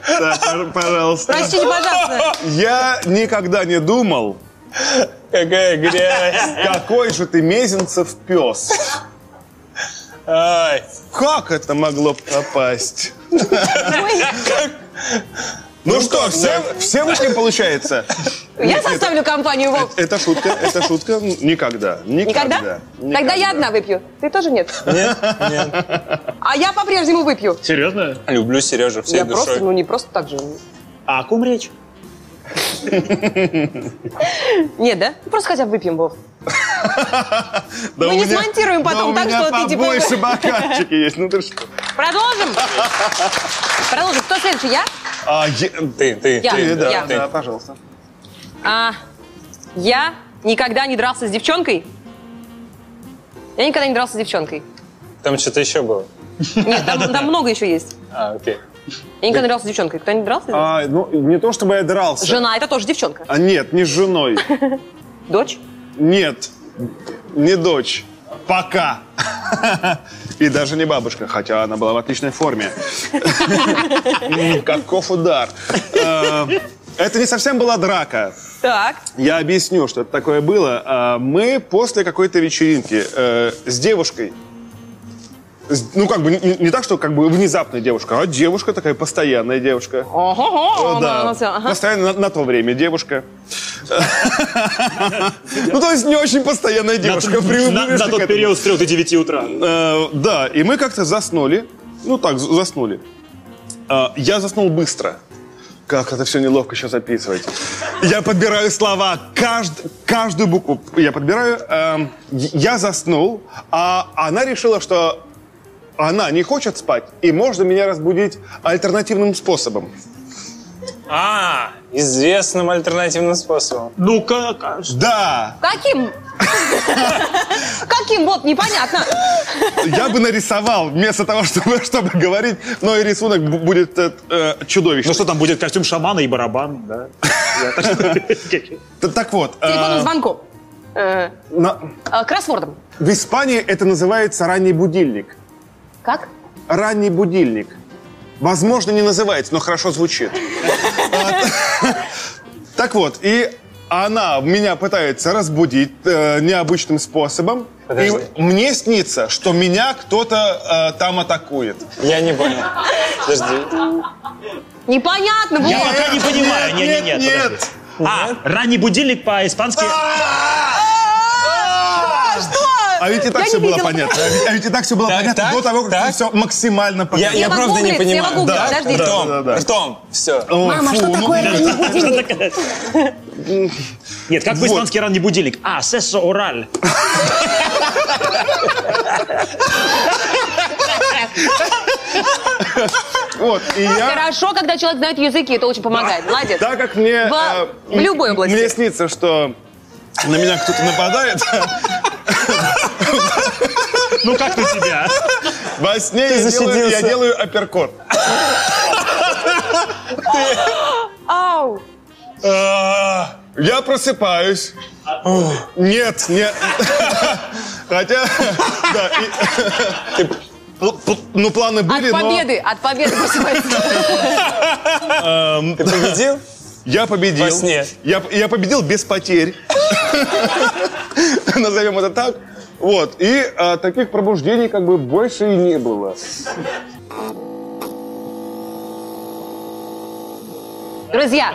B: Так, пор- пожалуйста.
A: Простите, пожалуйста.
B: Я никогда не думал,
C: Какая грязь.
B: какой же ты мезенцев пес.
C: Ай.
B: Как это могло попасть? Ну что, все, все вышли, получается?
A: Я составлю компанию, Вов.
B: Это шутка, это шутка. Никогда.
A: Никогда?
B: Никогда.
A: Тогда я одна выпью. Ты тоже нет? Нет, А я по-прежнему выпью.
D: Серьезно?
C: Люблю Сережу всей
A: Я просто,
C: душой.
A: ну не просто так же.
D: А о ком речь?
A: Нет, да? Ну, Просто хотя бы выпьем, Вов.
B: Да
A: Мы
B: у
A: не
B: меня-
A: смонтируем
B: да
A: потом
B: у
A: так,
B: меня
A: что ты типа-
B: побольше бокальчики есть. Ну ты что?
A: Продолжим? Продолжим. Кто следующий? Я?
B: А, е-
C: Ты, ты,
A: Я,
C: ты,
B: ты,
A: я.
B: да,
C: ты.
B: да, пожалуйста.
A: А, я никогда не дрался с девчонкой. Я никогда не дрался с девчонкой.
C: Там что-то еще было.
A: Нет, там, там много еще есть.
C: А, окей.
A: Я никогда не дрался с девчонкой. Кто не дрался?
B: А, ну, не то чтобы я дрался.
A: Жена это тоже девчонка.
B: А, нет, не с женой.
A: Дочь.
B: Нет, не дочь. Пока. И даже не бабушка, хотя она была в отличной форме. М, Каков удар. Э, Это не совсем была драка.
A: Так.
B: Я объясню, что это такое было. А, Мы после какой-то вечеринки э, с девушкой. С- Ну, как бы, не, не так, что как бы внезапная девушка, а девушка такая, постоянная девушка.
A: Ого-го. Ну,
B: О, да. Постоянно на, на то время девушка. Ну, то есть не очень постоянная девушка.
D: на,
B: привыкли
D: на
B: к
D: тот
B: этому.
D: период с 3 до 9 утра.
B: Э, Да, и мы как-то заснули. Ну, так, з- заснули. Э, Я заснул быстро. Как это все неловко сейчас записывать. Я подбираю слова, кажд- каждую букву я подбираю. Эм, я- Я заснул, а она решила, что она не хочет спать, и можно меня разбудить альтернативным способом.
C: А, известным альтернативным способом.
D: Ну-ка, как же.
B: Да,
A: Каким? Каким? Вот, непонятно.
B: Я бы нарисовал, вместо того, чтобы, чтобы говорить, но и рисунок бу- будет э, э,
D: Ну
B: чудовищный.
D: что там будет, костюм шамана и барабан, да? Я так что-
B: Т- Так вот, э,
A: Телефонным звонком. Э,
B: на-
A: э, Кроссвордом.
B: в Испании это называется ранний будильник.
A: Как?
B: Ранний будильник. Возможно, не называется, но хорошо звучит. А, Так вот, и она меня пытается разбудить э, необычным способом. И
C: Подожди.
B: мне снится, что меня кто-то э, там атакует.
C: Я не понял. Подожди.
A: Непонятно,
D: Я
A: вот.
D: пока не понимаю.
B: нет,
D: Не-не-не,
B: нет,
D: подожди. А, ранний будильник по-испански.
B: А ведь и так
A: Я
B: все
A: не
B: было
A: видела.
B: понятно. А ведь- А ведь и так все было
C: Так,
B: понятно
C: так,
B: до того, как
C: так.
B: все максимально
C: Я,
B: понятно.
C: я
A: могу
C: правда не
A: гуглить, я
C: понимаю.
A: могу гуглить, подожди.
C: Ртом,
B: Да, да, да.
C: ртом. Все.
B: О,
A: Мама,
B: фу,
A: что
B: ну,
A: такое ранний будильник?
D: Нет, как по-испански ранний будильник? А, сессо ораль.
B: Вот, и я...
A: Хорошо, когда человек знает языки, это очень помогает. Молодец.
B: Так как мне...
A: В-
B: э,
A: в любой области.
B: Мне снится, что на меня кто-то нападает.
D: Ну как на тебя?
B: Во сне я делаю, я
C: засиделся.
B: делаю апперкот.
A: Ау.
B: А, Я просыпаюсь. Нет, нет. Хотя, да, и- Пл- пл- ну, планы
A: От
B: были, но
A: победы, от победы. просыпается.
C: Ты победил?
B: я победил.
C: Во сне.
B: Я, я победил без потерь. Назовем это так. Вот. И а, таких пробуждений как бы больше и не было.
A: Друзья,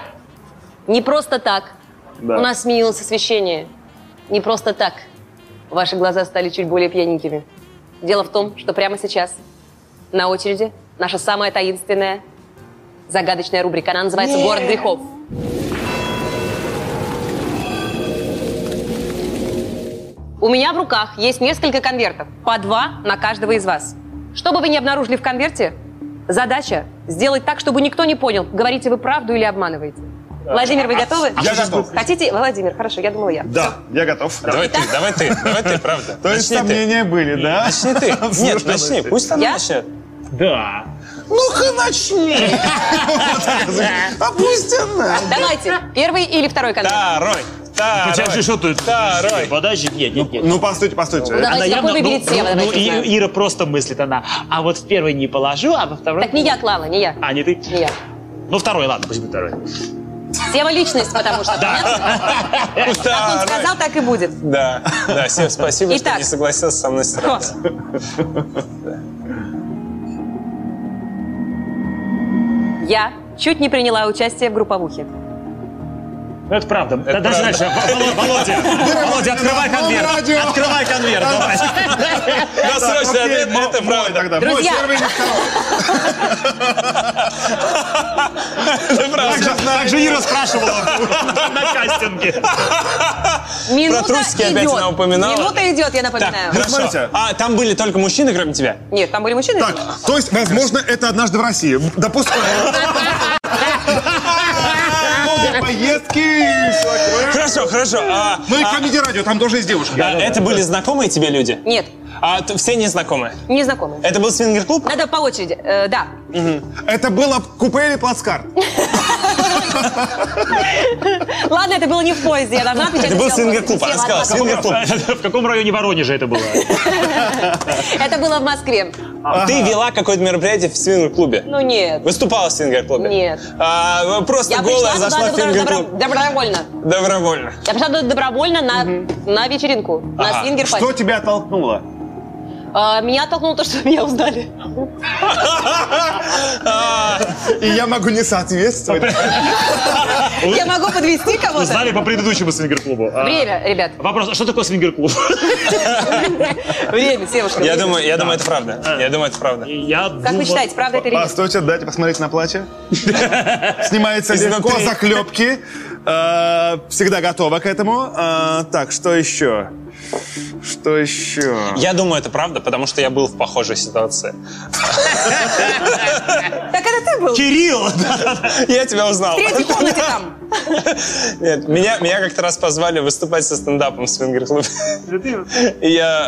A: не просто так. У нас сменилось освещение. Не просто так. Ваши глаза стали чуть более пьяненькими. Дело в том, что прямо сейчас на очереди наша самая таинственная загадочная рубрика. Она называется «Город грехов». У меня в руках есть несколько конвертов, по два на каждого из вас. Что бы вы ни обнаружили в конверте, задача сделать так, чтобы никто не понял, говорите вы правду или обманываете. Владимир, вы готовы?
B: А Я готов.
A: Хотите? Владимир, хорошо, я думала я.
B: Да, я готов.
C: Давай ты, давай ты, давай ты, правда.
B: То есть
C: Начни ты.
B: сомнения были, да?
C: Начни ты. Нет,
B: Слушай,
C: начни, пусть
A: Я?
C: она начнет.
D: Да.
C: Ну-ка начни.
B: А пусть она.
A: Давайте, первый или второй конверт?
C: Второй. Да,
D: Хотя
C: А, Рой.
D: же что ты?
C: Да, Рой.
D: Подожди, нет, нет, нет.
B: Ну, постойте, постойте.
A: Да. Давайте, какую выберете
D: ну,
A: тему,
D: ну,
A: давайте
D: И-
A: узнаем.
D: Ира просто мыслит она. А вот в первый не положу, а во второй...
A: Так не я клала, не я.
D: А, не ты?
A: Не я.
D: Ну, второй, ладно, пусть будет второй.
A: Тема личность, потому что, понятно? Как он
C: Да, Рой.
A: сказал, так и будет.
C: Да, да, всем спасибо,
A: Итак.
C: что не согласился со мной сразу.
A: Я чуть не приняла участие в групповухе.
D: Ну, это правда. Да, Дальше,
C: правда.
D: дальше. Вол- Володя, Володя, открывай конверт.
B: радио.
D: Открывай конверт, давай.
C: Да, срочно,
B: Окей,
C: это- это
B: мой
C: правда.
B: Тогда.
A: Друзья.
B: Мой первый или второй?
C: Это правда.
D: Так же Ира спрашивала на кастинге.
A: Минута
C: трусики опять
A: идет.
C: она упоминала.
A: Минута идет, я
C: Так,
A: напоминаю.
C: хорошо.
B: Смотрите.
C: А, там были только мужчины, кроме тебя?
A: Нет, там были мужчины?
B: Так, то есть, возможно, это однажды в России. Допустим, новые поездки.
C: Хорошо, хорошо. А,
B: Ну и
C: а,
B: комедий радио, там тоже есть девушки.
C: а, это были знакомые тебе люди?
A: Нет,
C: А т- все незнакомые?
A: незнакомые.
C: Это был свингер-клуб?
A: Надо по очереди. Э, да.
B: Это было купе или плацкарт?
A: Ладно, это было не в поезде, я должна отвечать.
C: Это был
A: на все вопросы.
C: свингер-клуб, она
A: Тема
C: сказала,
A: от Москвы.
C: свингер-клуб.
D: В каком районе Воронежа это было?
A: Это было в Москве.
C: Ты вела какое-то мероприятие в свингер-клубе?
A: Ну нет.
C: Выступала в свингер-клубе?
A: Нет.
C: А, просто
A: Я
C: голая
A: пришла туда
C: зашла в
A: добро- добро-
C: свингер-клуб?
A: добровольно.
C: Добровольно.
A: Я пришла туда добровольно на, на вечеринку, на
C: Ага.
A: свингер
B: Что тебя толкнуло?
A: Меня толкнуло то, что меня узнали.
B: И я могу не соответствовать.
A: Я могу подвести кого-то?
D: Узнали по предыдущему свингер-клубу. А,
A: Время, ребят.
D: Вопрос, а что такое свингер-клуб?
A: Время, девушка.
C: Я
A: время.
C: думаю, я думаю, это правда. Я думаю, это правда.
D: Я
A: Как вы
D: думал-
A: считаете, правда это или нет?
B: Постойте, дайте посмотреть на платье. Снимается легко
C: Изнутри.
B: заклепки. Э, Всегда готова к этому. Э, Так, что еще? Что еще?
C: Я думаю, это правда, потому что я был в похожей ситуации.
A: Так это ты был?
D: Кирилл!
C: Я тебя узнал.
A: В третьей комнате там.
C: Нет, меня, меня как-то раз позвали выступать со стендапом в свингер-клубе. И я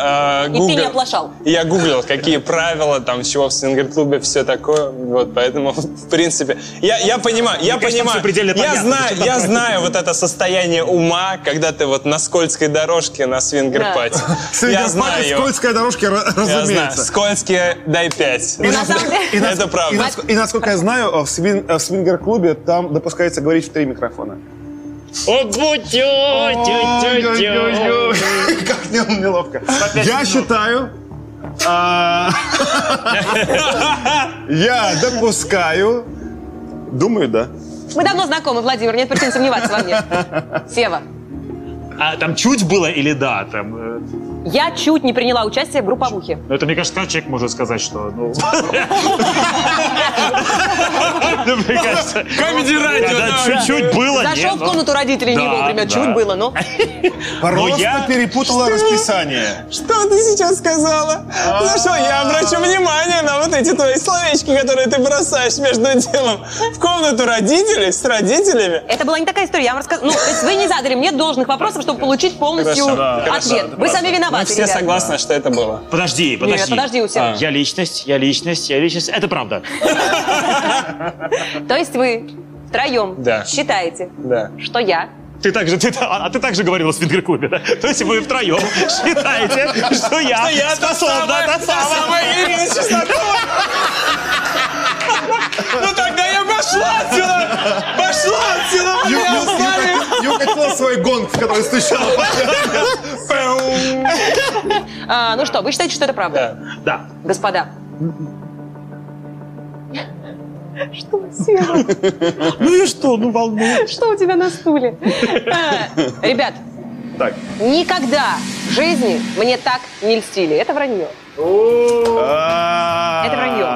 C: э,
A: И ты не
C: гуглил.
A: оплошал.
C: И Я гуглил, какие правила, там, чего в свингер-клубе, все такое. Вот, поэтому, в принципе, я, я понимаю, я
D: Мне кажется,
C: понимаю.
D: всё предельно
C: я
D: понятно,
C: знаю,
D: что
C: я
D: там
C: знаю вот это состояние ума, когда ты вот на скользкой дорожке на свингер-пати. Я знаю его.
B: Скользкая дорожка, ра-
C: Я знаю. Ну,
B: разумеется.
C: Скользкие, дай пять.
A: И на самом деле-
B: И нас-
C: Это
B: и
C: правда.
B: нас- И насколько я знаю, в свин- э, в свингер-клубе там допускается говорить в три микрофона.
D: О, бу-тю-тю-тю-тю.
B: Ой-ой-ой. Как мне неловко. Я считаю, а, я допускаю, думаю, да.
A: Мы давно знакомы, Владимир, нет причин сомневаться во мне. Сева,
D: А там чуть было или да? Там, э,
A: я чуть не приняла участие в групповухе.
D: ну, это, мне кажется, каждый человек может сказать, что... Ну, Ну, мне кажется...
C: Камеди радио,
D: Да,
C: да.
D: чуть-чуть было, нет,
A: Зашел в
D: ну.
A: комнату родителей не
D: Да,
A: вовремя,
D: да.
A: чуть было, но...
B: Просто
D: я-
B: перепутала расписание.
C: Ну, Что ты сейчас сказала? За что я обращу внимание на вот эти твои словечки, которые ты бросаешь между делом в комнату родителей с родителями?
A: Это была не такая история, я вам рассказала. Ну, то есть вы не задали мне должных вопросов, чтобы получить полностью
C: Хорошо, да, хорошо,
A: ответ.
C: это
A: Вы сами
C: Мы
A: виноваты,
C: Ну, все
A: ребят.
C: согласны, что это было.
D: Подожди, подожди. А,
A: Нет, подожди, у себя.
D: Я личность, я личность, я личность. Это правда.
A: То есть вы втроем
C: Да.
A: считаете,
C: Да.
A: что я
D: Ты также, ты, а ты также говорила в свингер-клубе, да? То есть вы втроем считаете, что я, способна, та самая.
C: Ирина Чеснокова! Ну тогда я пошла отсюда! Пошла отсюда! вы
B: Я
C: меня узнали!
B: хотела свой гонг, в который стучал.
A: А, ну что, вы считаете, что это правда?
D: Да.
C: Да.
A: Господа.
D: Ну и что, ну волнует.
A: Что у тебя на стуле? А, Ребят,
B: Так.
A: никогда в жизни мне так не льстили. Это вранье. Это вранье.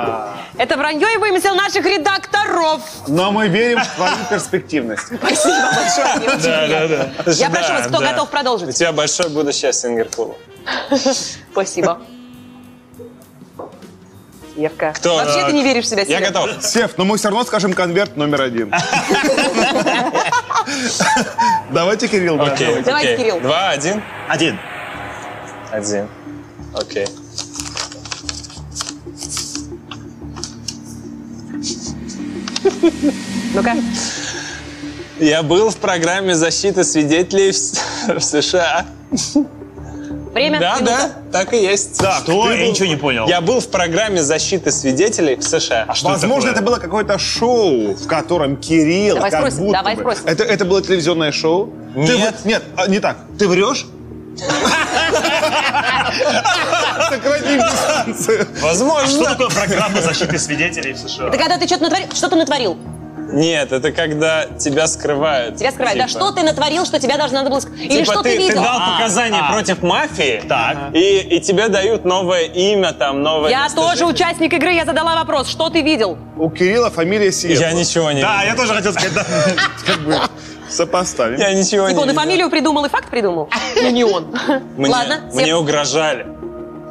A: Это вранье и вымысел наших редакторов.
B: Но мы верим в твою перспективность.
A: Спасибо большое. мне очень приятно. Я прошу вас, кто
C: Да, да.
A: готов
C: У
A: продолжить?
C: тебя большое будущее сингер-клуба.
A: Спасибо. Евка.
C: Кто,
A: Вообще
C: э,
A: ты не веришь в себя,
C: Я
A: Серег.
C: готов.
B: Сев, но мы все равно скажем конверт номер один. Давайте, Кирилл, да.
C: Окей.
A: Давайте,
C: окей.
A: Кирилл.
C: Два, один.
D: Один.
C: Один. Окей.
A: Ну-ка.
C: Я был в программе защиты свидетелей в С- в США.
A: Время?
C: Да,
A: минута.
C: да, так и есть.
D: Что? Я ничего не понял.
C: Я был в программе защиты свидетелей в США.
D: А что
B: Возможно, это
D: такое?
B: было какое-то шоу, в котором Кирилл
A: Давай
B: как
A: спросим,
B: будто
A: давай
B: бы-
A: спросим.
B: Это, это было телевизионное шоу? Ты
C: Нет.
B: вот- нет, а, не так. Ты врешь? Сократим дистанцию.
D: А Что
C: Возможно.
D: такое программа защиты свидетелей в США?
A: Это когда ты что-то натворил? Что ты натворил?
C: Нет, это когда тебя скрывают.
A: Тебя скрывают. Да
C: Типа.
A: что ты натворил, что тебя даже надо было... ск- Или
C: Типа
A: что ты,
C: ты,
A: видел?
C: дал
D: А,
C: показания
D: а.
C: против мафии,
D: Так.
C: и, и тебе дают новое имя, там, новое
A: Я
C: место
A: тоже
C: жительства.
A: участник игры, я задала вопрос. Что ты видел?
B: У Кирилла фамилия Сиев.
C: Я ничего не
D: Да, я тоже хотел сказать, да.
B: Сопоставим.
C: Я ничего
A: Типа
C: не
A: он и
C: видел.
A: фамилию придумал, и факт придумал. Ну не он.
C: Мне,
A: Ладно,
C: мне
A: Свет,
C: угрожали.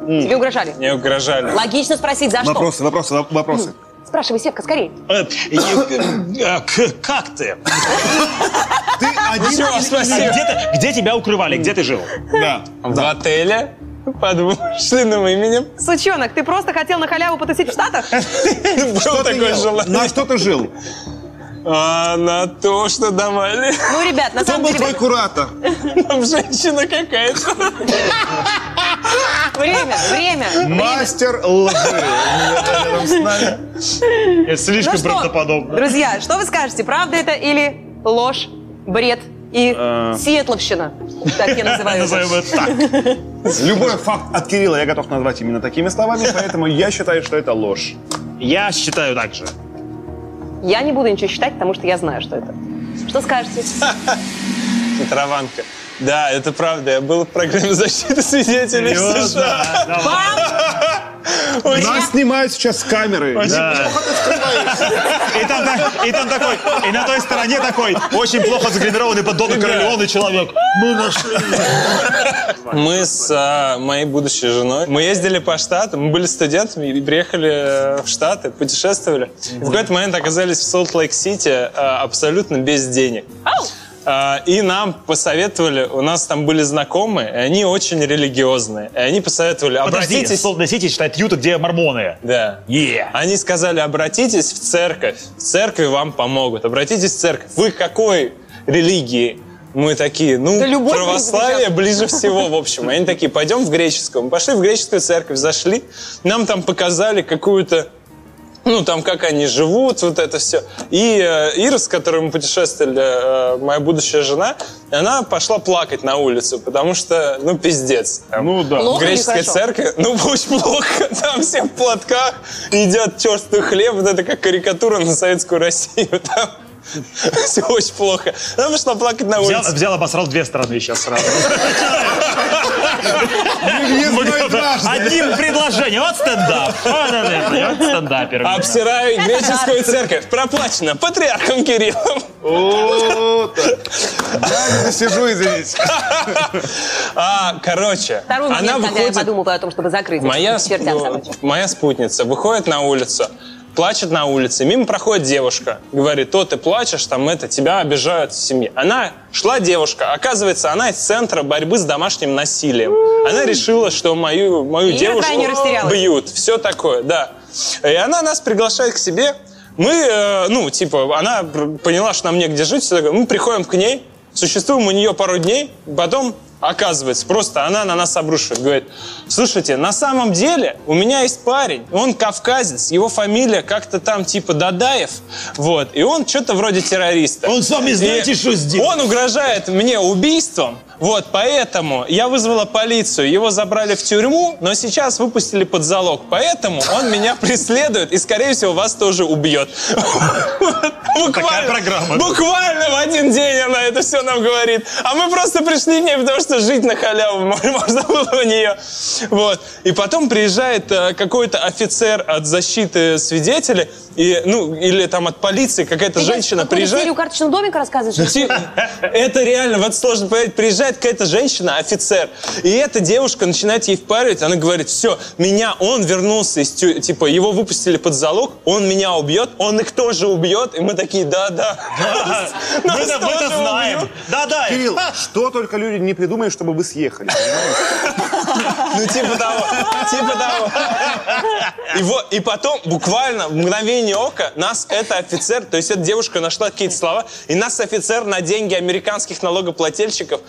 A: тебе угрожали.
C: Мне угрожали.
A: Логично спросить, за что?
B: Вопросы, вопросы, воп- вопросы.
A: Спрашивай, Севка, скорее.
D: Э, и, э, к- Как ты? А
B: Ты один?
C: Все,
D: Где
C: спасибо.
D: ты- Где тебя укрывали? Где ты жил?
B: Да.
C: В отеле под вымышленным именем.
A: Сучонок, ты просто хотел на халяву потусить в Штатах?
C: Было
B: Что ты
C: такое
B: ел?
C: желание.
B: На что ты жил?
C: А на то, что давали.
A: Ну, ребят, на
B: Кто
A: самом
B: был
A: деле...
B: твой куратор?
C: Там женщина какая-то.
A: Время, время.
B: Мастер лжи. Рядом с нами.
D: Это
A: Ну
D: слишком
A: что, друзья, что вы скажете, правда это или ложь, бред и
C: Э.
A: сиэтловщина? Так я называю
D: Назовем
A: это.
D: это так.
B: Любой факт от Кирилла я готов назвать именно такими словами, поэтому я считаю, что это ложь.
D: Я считаю так же.
A: Я не буду ничего считать, потому что я знаю, что это. Что скажете?
C: Траванка. Да, это правда. Я был в программе защиты
D: Э,
C: свидетелей в США.
D: Серьезно? Давай.
A: Бам!
B: Нас снимают сейчас с камеры.
D: Да. И там, так- и там такой, и на той стороне такой очень плохо загримированный под Дону Корлеоне человек. Мы нашли.
C: Мы с а, моей будущей женой, мы ездили по штатам, мы были студентами и приехали э, в Штаты, путешествовали. В какой-то момент оказались в Солт-Лейк-Сити а, абсолютно без денег. А, И нам посоветовали, у нас там были знакомые, и они очень религиозные. И они посоветовали,
D: Подождите,
C: обратитесь...
D: Солт Сити считает Юта, где мормоны.
C: Да.
D: Е.
C: Они сказали, обратитесь в церковь, в церкви вам помогут. Обратитесь в церковь. Вы какой религии? Мы такие, ну,
A: Да любой
C: православие ближе всего, в общем. Они такие, пойдем в греческую. Мы пошли в греческую церковь, зашли, нам там показали какую-то ну, там, как они живут, вот это все. И э, Ира, с которой мы путешествовали, э, моя будущая жена, она пошла плакать на улицу, потому что, ну, пиздец.
D: Э,
C: Там
B: Ну да.
A: Плохо
C: в греческой
A: или хорошо?
C: церкви, ну, очень плохо, там все в платках, едят черствый хлеб, вот это как карикатура на советскую Россию, там все очень плохо. Она пошла плакать на
D: Взял,
C: улицу.
D: взял, обосрал две стороны сейчас сразу.
E: Ну,
B: Въездной дважды.
D: Одним предложением. Вот стендап. Вот это, вот
E: А
D: стендапер.
C: А Обсираю греческую церковь. Проплачено патриархом Кириллом.
B: О, так. Я не сижу, извините.
C: А, короче,
A: Второй
C: она
A: момент, когда я
C: выходит...
A: подумываю о том, чтобы закрыть.
C: Моя,
A: этим чертям собачьим.
C: спу- моя спутница выходит на улицу, плачет на улице, мимо проходит девушка, говорит, то ты плачешь, там это, тебя обижают в семье. Она шла девушка, оказывается, она из центра борьбы с домашним насилием. Она решила, что мою, мою
A: Ира
C: девушку
A: крайне растерялась.
C: бьют, все такое, да. И она нас приглашает к себе, мы, э, ну, типа, она пр- поняла, что нам негде жить, все такое. мы приходим к ней, существуем у нее пару дней, потом оказывается, просто она на нас обрушивает, говорит, слушайте, на самом деле у меня есть парень, он кавказец, его фамилия как-то там типа Дадаев, вот, и он что-то вроде террориста.
E: Он с вами знаете,
D: Э,
C: И
E: что сделал?
C: Он угрожает мне убийством, вот, поэтому я вызвала полицию, его забрали в тюрьму, но сейчас выпустили под залог, поэтому он меня преследует и, скорее всего, вас тоже убьет. Вот,
D: Такая программа.
C: Буквально в один день она это все нам говорит. А мы просто пришли к ней, потому что жить на халяву можно было у нее. Вот. И потом приезжает э, какой-то офицер от защиты свидетелей, и, ну, или там от полиции какая-то
A: Ты
C: женщина
A: какую-то
C: приезжает.
A: серию карточного домика рассказываешь?
C: Ти- Это реально, вот сложно понять. Приезжает какая-то женщина, офицер, и эта девушка начинает ей впаривать. Она говорит, все, меня, он вернулся из тю- типа, его выпустили под залог, он меня убьет, он их тоже убьет. И мы такие, да, да.
D: Мы это, мы это знаем. Да, да.
B: Кирилл, что только люди не придумают, чтобы вы съехали. понимаете?
C: Ну, типа того, типа того. И, вот, и потом, буквально в мгновение ока, нас эта офицер, то есть эта девушка нашла какие-то слова, и нас офицер на деньги американских налогоплательщиков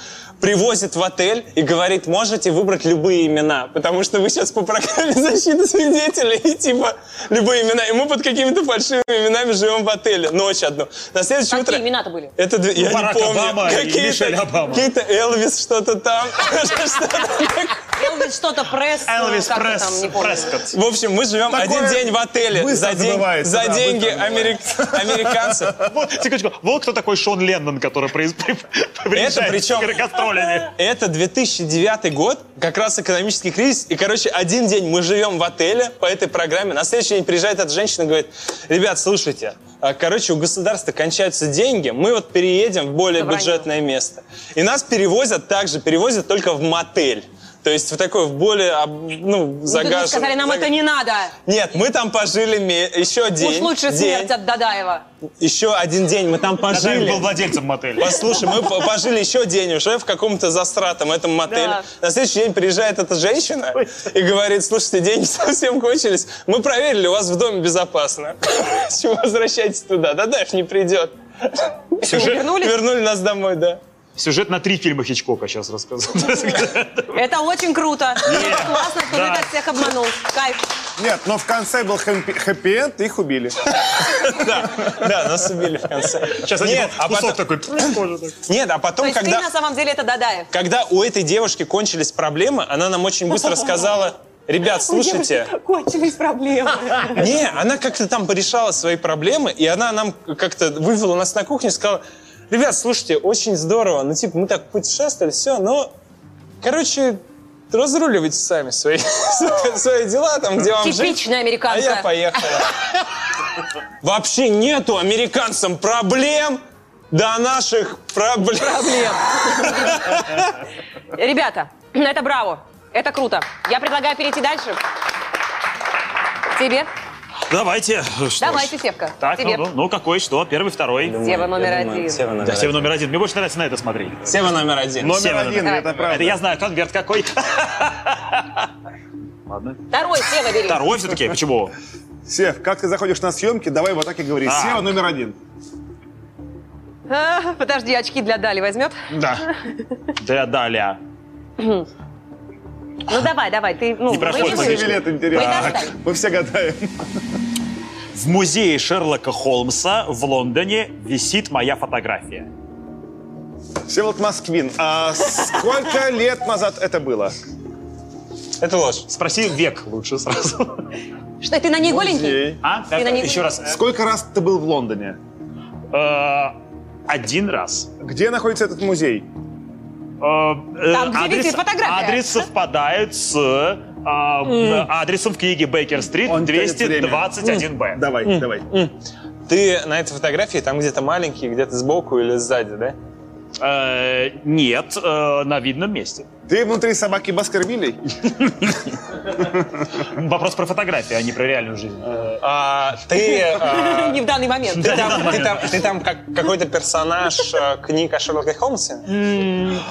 C: привозит в отель и говорит, можете выбрать любые имена, потому что вы сейчас по программе защиты свидетелей, и типа любые имена. И мы под какими-то фальшивыми именами живем в отеле ночь одну. На следующее
A: Какие
C: утро...
A: имена-то были?
C: Это две- я
D: Барак
C: не помню.
D: Обама и Мишель
C: Какие-то
D: Обама.
C: какие-то Элвис что-то там. Что-то такое.
A: Элвис что-то пресс.
D: Элвис
A: как-то
D: Пресс,
A: там, не помню.
D: Прескотт.
C: В общем, мы живем
B: Такое
C: один день в отеле
B: быстро
C: за, день-
B: забывается,
C: за
B: да,
C: деньги
B: быстро
C: америк- американцев.
D: Вот, секундочку, вот кто такой Шон Леннон, который при- при- приезжает
C: причем-
D: с гастролями.
C: Это 2009 год, как раз экономический кризис. И, короче, один день мы живем в отеле по этой программе. На следующий день приезжает эта женщина и говорит, ребят, слушайте, а, короче, у государства кончаются деньги, мы вот переедем в более
A: Это вранье.
C: бюджетное место. И нас перевозят также, перевозят только в мотель. То есть в такой, в более, об- ну,
A: Ну, тут
C: загаженный-
A: сказали, нам
C: заг-
A: это не надо.
C: Нет, мы там пожили ме- еще день.
A: Уж лучше
C: день.
A: смерть от Дадаева.
C: Еще один день мы там
D: Дадаев
C: пожили.
D: был владельцем мотеля.
C: Послушай, мы по- пожили еще день уже в каком-то застратом этом мотеле.
A: Да.
C: На следующий день приезжает эта женщина и говорит, слушайте, деньги совсем кончились. Мы проверили, у вас в доме безопасно. Чего возвращайтесь туда? Дадаев не придет.
D: Сюжет,
A: Вернулись?
C: Вернули нас домой, да.
D: сюжет на три фильма Хичкока сейчас рассказываю.
A: Это очень круто. Это классно, что
D: Да.
A: ты так всех обманул. Кайф.
B: Нет, но в конце был хэмпи- хэппи-энд, их убили.
C: Да, да, нас убили в конце.
D: Сейчас
C: нет,
D: один
C: а
D: кусок
C: потом,
D: такой. тоже так.
C: нет, а
A: То
C: потом,
A: есть ты
C: когда...
A: на самом деле это Дадаев.
C: Когда у этой девушки кончились проблемы, она нам очень быстро сказала, ребят, слушайте. Кончились проблемы. Не, она как-то там порешала свои проблемы, и она нам как-то вывела нас на кухню и сказала, ребят, слушайте, очень здорово, ну типа мы так путешествовали, все, но, короче, разруливайте сами свои, свои дела, там, где вам жить.
A: Типичная
C: А я
A: американка.
C: поехала. Вообще нету американцам проблем до наших проблем.
A: Ребята, ну это браво. Это круто. Я предлагаю перейти дальше. Тебе.
D: Давайте. что ж.
A: Давайте, Севка.
D: Так,
A: Тебе.
D: ну, ну, ну, какой, что? Первый, второй.
A: Сева номер один.
C: Сева номер
D: Да,
C: один.
D: Сева номер один. Мне больше нравится на это смотреть.
C: Сева номер один.
D: Но-
B: Номер
D: Сева,
B: один,
A: да.
B: это
D: Это
B: правда.
D: я знаю, конверт какой. Ладно.
A: Второй Сева бери.
D: Второй все-таки, почему?
B: Сев, как ты заходишь на съемки, давай вот так и говори.
D: А.
B: Сева номер один.
A: А, подожди, очки для Дали возьмет.
B: Да.
D: Да, далее.
A: Ну давай, давай, ты. Ну,
D: Не прошло
A: выбери.
D: смотри.
B: Все билеты интересно.
A: Предоставь.
B: Мы все гадаем.
D: В музее Шерлока Холмса в Лондоне висит моя фотография.
B: Всеволод Москвин, а сколько лет назад это было?
C: Это ложь.
D: Спроси век лучше сразу.
A: Что, ты на ней голенький?
B: Ей.
D: А?
A: на ней-
D: Еще раз.
B: Сколько раз ты был в Лондоне?
D: Э, Один раз.
B: Где находится этот музей?
D: Там,
A: Там, где висит фотография.
D: Э, Адрес совпадает с э, э, адресом в книге Бейкер-стрит
B: Он тянет время.
D: 221Б.
B: Давай, давай.
C: Ты на этой фотографии там где-то маленький, где-то сбоку или сзади, да?
D: Э, Нет, э, на видном месте.
B: Ты внутри собаки Баскервилей?
D: Вопрос про фотографию, а не про реальную жизнь.
C: А, ты, а,
A: Не в данный момент.
C: ты там, ты там- ты там как какой-то персонаж а, книг о Шерлоке Холмсе?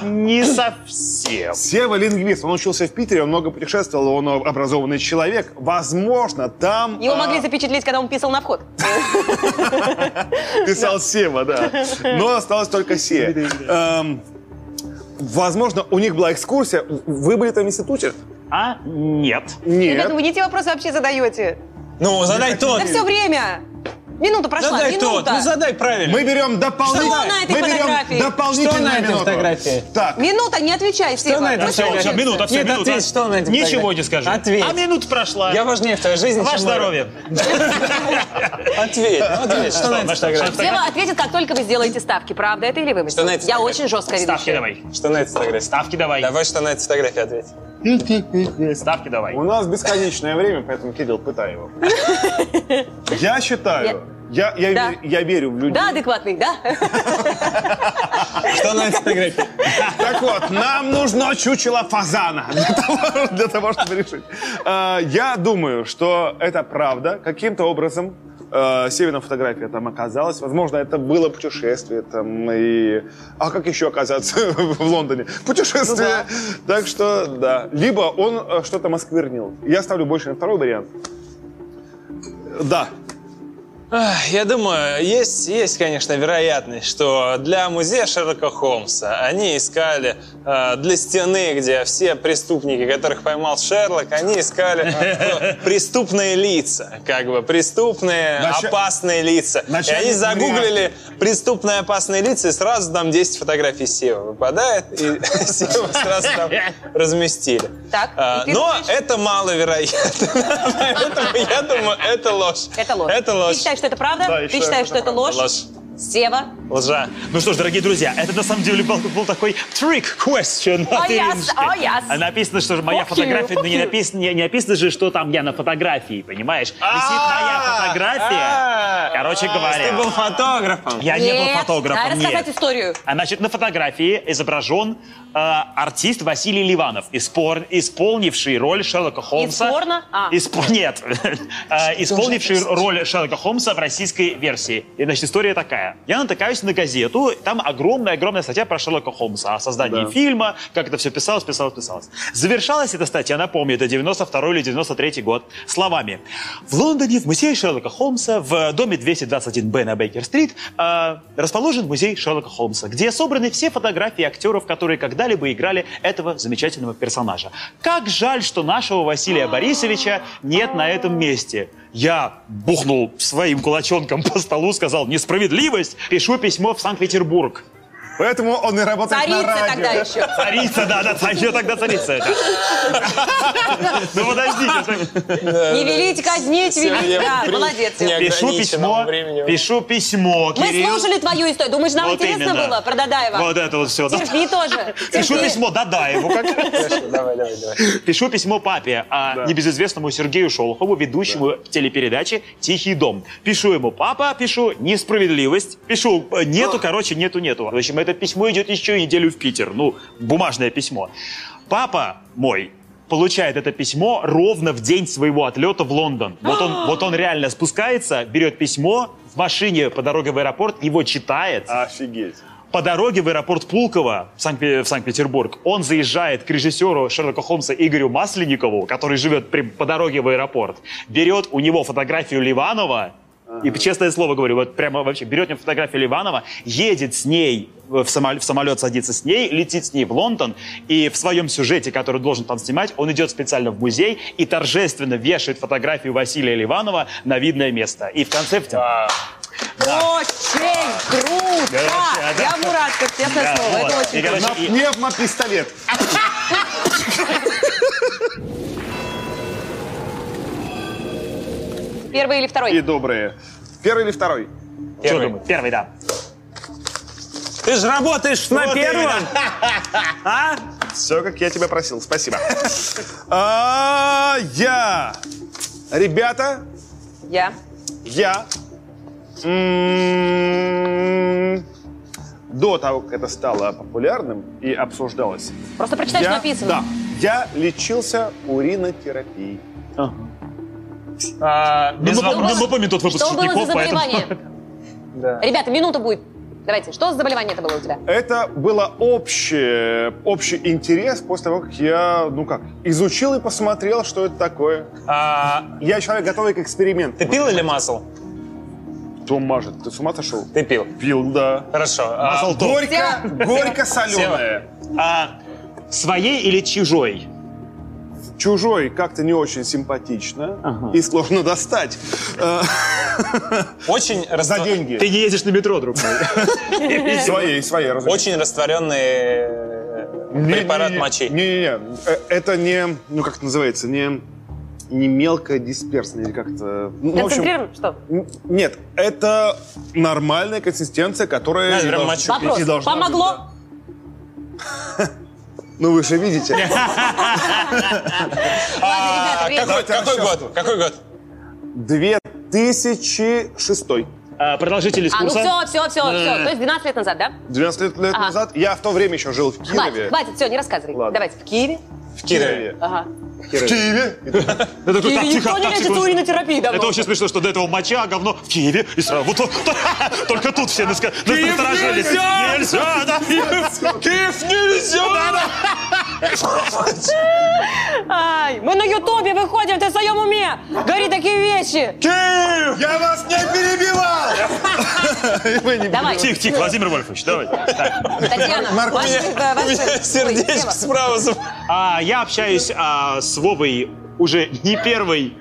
D: Не совсем.
B: Сева лингвист, он учился в Питере, он много путешествовал, он образованный человек. Возможно, там
A: Его
B: а,
A: могли запечатлеть, когда он писал на вход.
B: писал Сева, да. Но осталось только Се. Эм, Возможно, у них была экскурсия. Вы были там в институте?
D: А? Нет.
A: Ребята,
B: Нет.
A: вы не те вопросы вообще задаете.
C: Ну, задай тот.
A: Да все время. Минута прошла,
C: Задай тот.
A: минута.
C: Ну, задай правильно.
B: Мы
A: Что
B: берем
A: на
B: дополнительную.
A: этой
B: Мы
A: фотографии?
B: берем дополнительную
C: Что на этой
B: минуту.
C: фотографии?
B: Так.
A: Минута, не отвечай, Сева.
C: на этой
A: Ну,
C: фотографии?
A: что
D: Сейчас,
A: вы?
D: минута, все,
C: Нет,
D: минута.
C: ответь, что на этой
D: Ничего
C: фотографии?
D: не скажи.
C: Ответь.
D: А минута прошла.
C: Я важнее в твоей жизни,
D: Ваше
C: чем Лора.
D: здоровье.
C: Ответь, ну, ответь, что на
D: на
C: этой
D: что, на что?
C: фотографии?
A: Сева ответит, как только вы сделаете ставки. Правда это или вымысел?
C: Что на этой
A: Я
C: фотографии?
A: очень жесткая
D: Ставки
A: ведущая.
D: давай.
C: Что на этой фотографии?
D: Ставки давай.
C: Давай, что на этой фотографии ответь.
D: Ставки давай.
B: У нас бесконечное время, поэтому Кирилл, пытай его. Я считаю, я, я,
A: Да.
B: ве- я верю в людей.
A: Да, адекватный, да?
C: Что на этой фотографии?
B: Так вот, нам нужно чучело фазана для того, для того, чтобы решить. Э, Я думаю, что это правда. Каким-то образом э, Севина фотография там оказалась. Возможно, это было путешествие там и... А как еще оказаться в Лондоне? Путешествие. Так что, да. Либо он э, что-то осквернил. Я ставлю больше на второй вариант. Да.
C: Ах, Я думаю, есть, есть, конечно, вероятность, что для музея Шерлока Холмса они искали э, для стены, где все преступники, которых поймал Шерлок, они искали э, преступные лица, как бы преступные,
B: Нача-
C: опасные лица. И
B: Начальник
C: они загуглили преступные опасные лица, и сразу там 10 фотографий Сева выпадает, и Сева сразу там разместили.
A: Так,
C: А,
A: и ты
C: Но
A: думаешь-
C: это маловероятно, поэтому я думаю, это ложь.
A: Это ложь.
C: Это
A: Ты
C: ложь.
A: считаешь, что это правда?
B: Да, я
A: Ты
B: считаю,
A: считаешь, что
B: что
A: это ложь?
C: Ложь.
A: Сева.
C: Лжа.
D: Ну что ж, дорогие друзья, это на самом деле был, был такой trick question.
A: Oh,
D: от
A: yes,
D: Ириночки.
A: oh, yes.
D: А Написано, что же моя
A: Fuck you,
D: фотография, но
A: fuck
D: не
A: you.
D: написано, не, не описано же, что там я на фотографии, понимаешь? Висит моя
C: А,
D: фотография.
C: а,
D: Короче говоря.
C: Ты был фотографом.
D: Я А не был
A: Надо
D: фотографом,
A: рассказать
D: нет.
A: историю.
D: А значит, на фотографии изображен э, артист Василий Ливанов, испор- исполнивший роль Шерлока Холмса.
A: Из порно? А.
D: Испо- Нет. Э, Исполнивший роль Шерлока Холмса в российской версии. И, значит, история такая. Я натыкаюсь на газету, там огромная-огромная статья про Шерлока Холмса, о создании фильма, как это все писалось, писалось, писалось. Завершалась эта статья, напомню, это 92 или 93 год, словами. В Лондоне, в музее Шерлока Холмса, в доме 221Б на Бейкер-стрит, э, расположен музей Шерлока Холмса, где собраны все фотографии актеров, которые когда-либо играли этого замечательного персонажа. Как жаль, что нашего Василия Борисовича нет на этом месте. Я бухнул своим кулачонком по столу, сказал «Несправедливость!» Пишу письмо в Санкт-Петербург.
B: Поэтому он и работает
A: Царица
B: на радио.
A: тогда еще.
D: Царица, да, да, еще тогда царица это. Ну подождите.
C: Э,
A: Не велить казнить, велить. Да, молодец. Сева.
D: Пишу письмо, пишу письмо,
A: Мы
D: Кирилл.
A: слушали твою историю. Думаешь, нам
D: Вот
A: интересно
D: именно.
A: было про Дадаева?
D: Вот это вот все.
A: Терпи тоже.
D: Пишу
A: терпи.
D: письмо Дадаеву, как
C: Давай, давай, давай.
D: Пишу письмо папе, а небезызвестному Сергею Шолохову, ведущему телепередачи «Тихий дом». Пишу ему «Папа», пишу «Несправедливость», пишу э, «Нету», короче, «Нету, нету». В общем, это письмо идет еще неделю в Питер. Ну, бумажное письмо. Папа мой получает это письмо ровно в день своего отлета в Лондон. Вот он, вот он реально спускается, берет письмо, в машине по дороге в аэропорт, его читает.
B: Офигеть.
D: По дороге в аэропорт Пулково в, Санкт- в Санкт-Петербург он заезжает к режиссеру Шерлока Холмса Игорю Масленникову, который живет при- по дороге в аэропорт, берет у него фотографию Ливанова, и честное слово говорю, вот прямо вообще берет у него фотографию Ливанова, едет с ней э, в, самолет, в самолет, садится с ней, летит с ней в Лондон, и в своем сюжете, который должен там снимать, он идет специально в музей и торжественно вешает фотографию Василия Ливанова на видное место. И в концепте...
A: Очень круто!
D: Короче, да.
A: Я Муратка, честное
D: Да,
A: слово.
D: вот.
A: Это очень
D: И, короче,
A: круто.
D: и-
B: Пневмопистолет.
A: Первый или
B: И
A: второй?
B: добрые. Первый или второй?
D: Что
C: Первый.
D: думаешь? Первый, да.
C: Ты же работаешь на первом. А?
B: Все, как я тебя просил. Спасибо. А, Я. Ребята,
A: Я.
B: я. м, М-м-м. До того, как это стало популярным и обсуждалось,
A: Просто прочитай, что
B: я-
A: написано.
B: Да. Я лечился уринотерапией.
C: А, без
A: Что
D: Ну, мы-
A: было-
D: ну, мы помним тот выпуск
A: Что было за
D: Шутников, поэтому-
A: заболевание? Ребята, минута будет. Давайте, что за заболевание это было у тебя?
B: Это было общее, общий интерес после того, как я, ну как, изучил и посмотрел, что это такое.
C: а,
B: Я человек, готовый к
C: Ты
B: экспериментам.
C: пил или мазал?
B: Кто мажет? Ты с ума сошел?
C: Ты пил.
B: Пил, да.
C: Хорошо. а,
B: Горько, горько соленое.
D: А, своей или чужой?
B: Чужой как-то не очень симпатично и сложно достать. Э,
C: очень
B: За
C: раствор-
B: деньги.
D: Ты не ездишь на метро, друг мой.
B: Своей, своей, разумеется.
C: Очень растворенный э, препарат мочи.
B: Не-не-не, Э, это не, ну как это называется, не, не мелко или как-то... Ну, в общем,
A: Концентрирован? Что?
B: н- Нет, это нормальная консистенция, которая...
C: Да, прям
B: должна-
C: мочу.
A: Вопрос.
B: и должна быть,
A: Помогло?
B: да. Ну вы же видите.
A: Ладно, ребята, время.
C: Какой,
B: Давайте
C: какой
B: расчет.
C: год? Какой год?
B: 2006.
D: А, Продолжительность
A: А, ну
D: курса?
A: все, все, все, все. То есть 12 лет назад, да?
B: 12 лет, лет
A: Ага.
B: назад. Я в то время еще жил в
A: Хватит,
B: Кирове.
A: хватит, все, не рассказывай.
B: Ладно.
A: Давайте, в Киеве?
C: В
B: В Кирове.
A: Ага.
B: в Кирове.
D: Это
A: Или никто не лечит
D: секунду.
A: на терапии давно.
D: Это вообще смешно, что до этого моча, говно в Киеве, и сразу вот, вот, только тут все наска- нас насторожились.
C: нельзя!
D: Нельзя, да.
C: Киев нельзя!
A: Ай, мы на Ютубе выходим, ты в своем уме! Гори такие вещи!
C: Киев!
B: Я вас не перебивал! И вы не
A: Давай,
D: Тихо, тихо, Владимир Вольфович, давай.
A: Татьяна,
B: Марк, у
A: ваши- э,
C: У
A: ваши-
C: меня
A: Ой,
C: сердечко
A: Ева.
C: справа. за-
D: А, я общаюсь а, с Вовой уже не первый,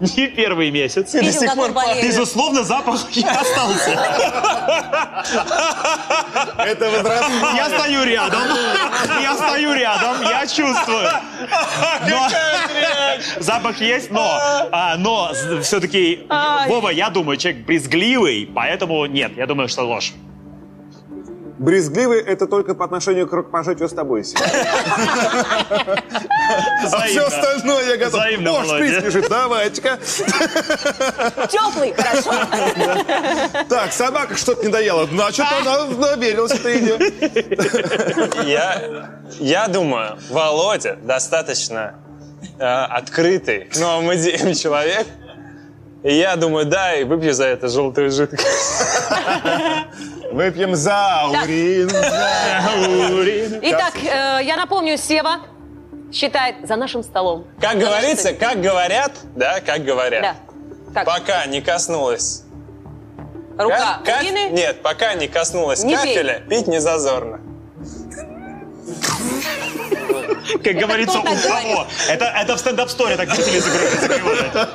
D: не первый месяц.
A: Видел, как он болеет.
D: Безусловно, запах я остался.
B: Это возрастное.
D: Я стою рядом. Я стою рядом, я чувствую. Но- запах есть, но, а, но все-таки
A: Ай.
D: Вова, я думаю, человек брезгливый, поэтому нет, я думаю, что ложь.
B: Брезгливый это только по отношению к рукопожатию с тобой. Сергей. А все
D: Взаимно.
B: остальное я готов.
D: Взаимно,
B: О, шприц
D: Володя.
B: лежит, давайте-ка.
A: Теплый, хорошо.
B: Так, собака что-то не доела. Значит, она доверилась этой идее.
C: Я, я думаю, Володя достаточно э, открытый, но мы человек. И я думаю, да, и выпью за это желтую жидкость.
B: Выпьем за урин.
A: Итак, э, я напомню, Сева считает за нашим столом.
C: Как
A: За нашей
C: говорится,
A: столом.
C: как говорят, да, как говорят.
A: Да. Как?
C: Пока не коснулась.
A: Рука
C: ка- ка-
A: Ирины.
C: Нет, пока не коснулась
A: Не пей.
C: кафеля, пить не зазорно.
D: Как говорится, у
A: кто так
D: кого? Это, это в стендап-сторе так зрители закрывают, закрывают.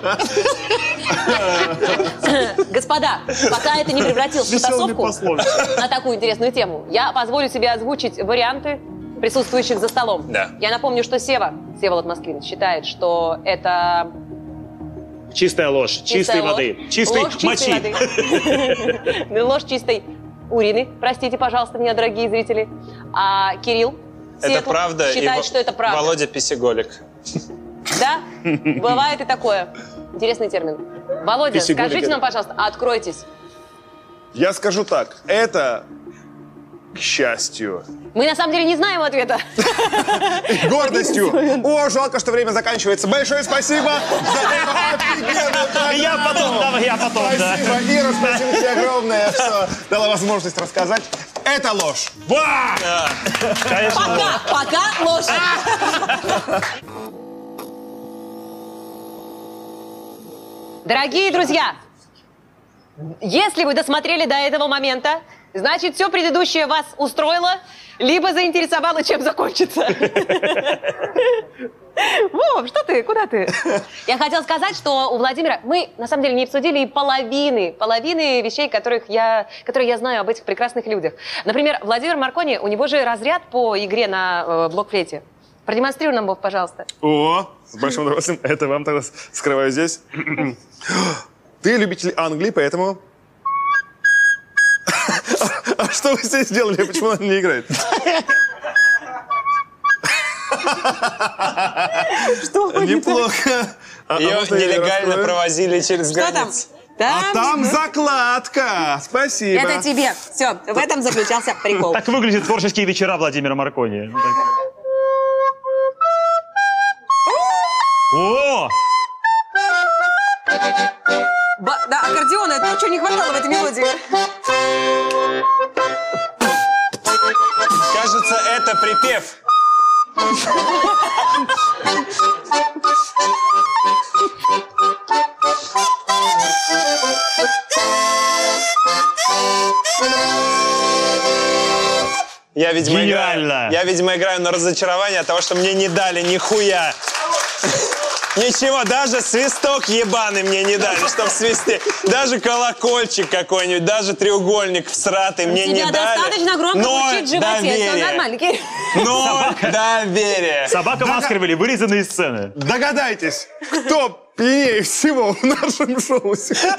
A: Господа, пока это не превратилось в
D: Весёлыми
A: потасовку
D: пословицами.
A: на такую интересную тему, я позволю себе озвучить варианты присутствующих за столом.
C: Да.
A: Я напомню, что Сева, Севолод Москвин, считает, что это
D: Чистая ложь, чистой
A: Чистая ложь.
D: воды, чистой
A: Ложь чистой
D: мочи.
A: воды. Ну, Ложь чистой урины, простите, пожалуйста, меня, дорогие зрители. А Кирилл
C: Это
A: Светлов
C: правда. и
A: считает,
C: Во-
A: что это правда.
C: Володя писеголик.
A: Да? Бывает и такое. Интересный термин. Володя,
B: Писигулик
A: скажите
B: это.
A: нам, пожалуйста, откройтесь.
B: Я скажу так, это к счастью.
A: Мы на самом деле не знаем ответа.
B: С гордостью. О, жалко, что время заканчивается. Большое спасибо за эту офигенную программу.
D: Я потом, давай, я потом, да.
B: Спасибо, Ира, спасибо тебе огромное, что дала возможность рассказать. Это ложь.
D: Ба! Конечно,
A: Пока, пока, ложь. Дорогие друзья, если вы досмотрели до этого момента, значит, все предыдущее вас устроило, либо заинтересовало, чем закончится. Вов, что ты? Куда ты? Я хотела сказать, что у Владимира мы на самом деле не обсудили и половины, половины вещей, которых я, которые я знаю об этих прекрасных людях. Например, Владимир Маркони, у него же разряд по игре на э, блокфлейте. Продемонстрируй нам, Вов, пожалуйста.
B: О, с большим удовольствием. Это вам тогда скрываю здесь. Ты любитель Англии, поэтому... А что вы здесь сделали? Почему она не играет?
A: Что?
B: Неплохо. А- а
C: Ее
B: можно я
C: нелегально
B: раскрою?
C: провозили через
A: там?
C: границу.
B: А там закладка. Спасибо.
A: Это тебе. Все, в этом заключался прикол.
D: Так выглядят творческие вечера Владимира Маркони. Ну, так. О!
A: да, аккордеон, это то, чего не хватало в этой мелодии.
C: Кажется, это припев. Я, видимо,
D: Гениально.
C: играю, я, видимо, играю на разочарование от того, что мне не дали нихуя. Ничего, даже свисток ебаный мне не дали, чтоб свисти. Даже колокольчик какой-нибудь, даже треугольник всратый мне не
A: Тебя
C: дали.
A: достаточно громко
C: Ноль
A: звучит в животе, все
C: доверия.
A: нормально. Кирилл.
C: Ноль доверия.
D: Собакам Маскарвели вырезанные сцены.
B: Догадайтесь, кто пьянее всего в нашем шоу сегодня?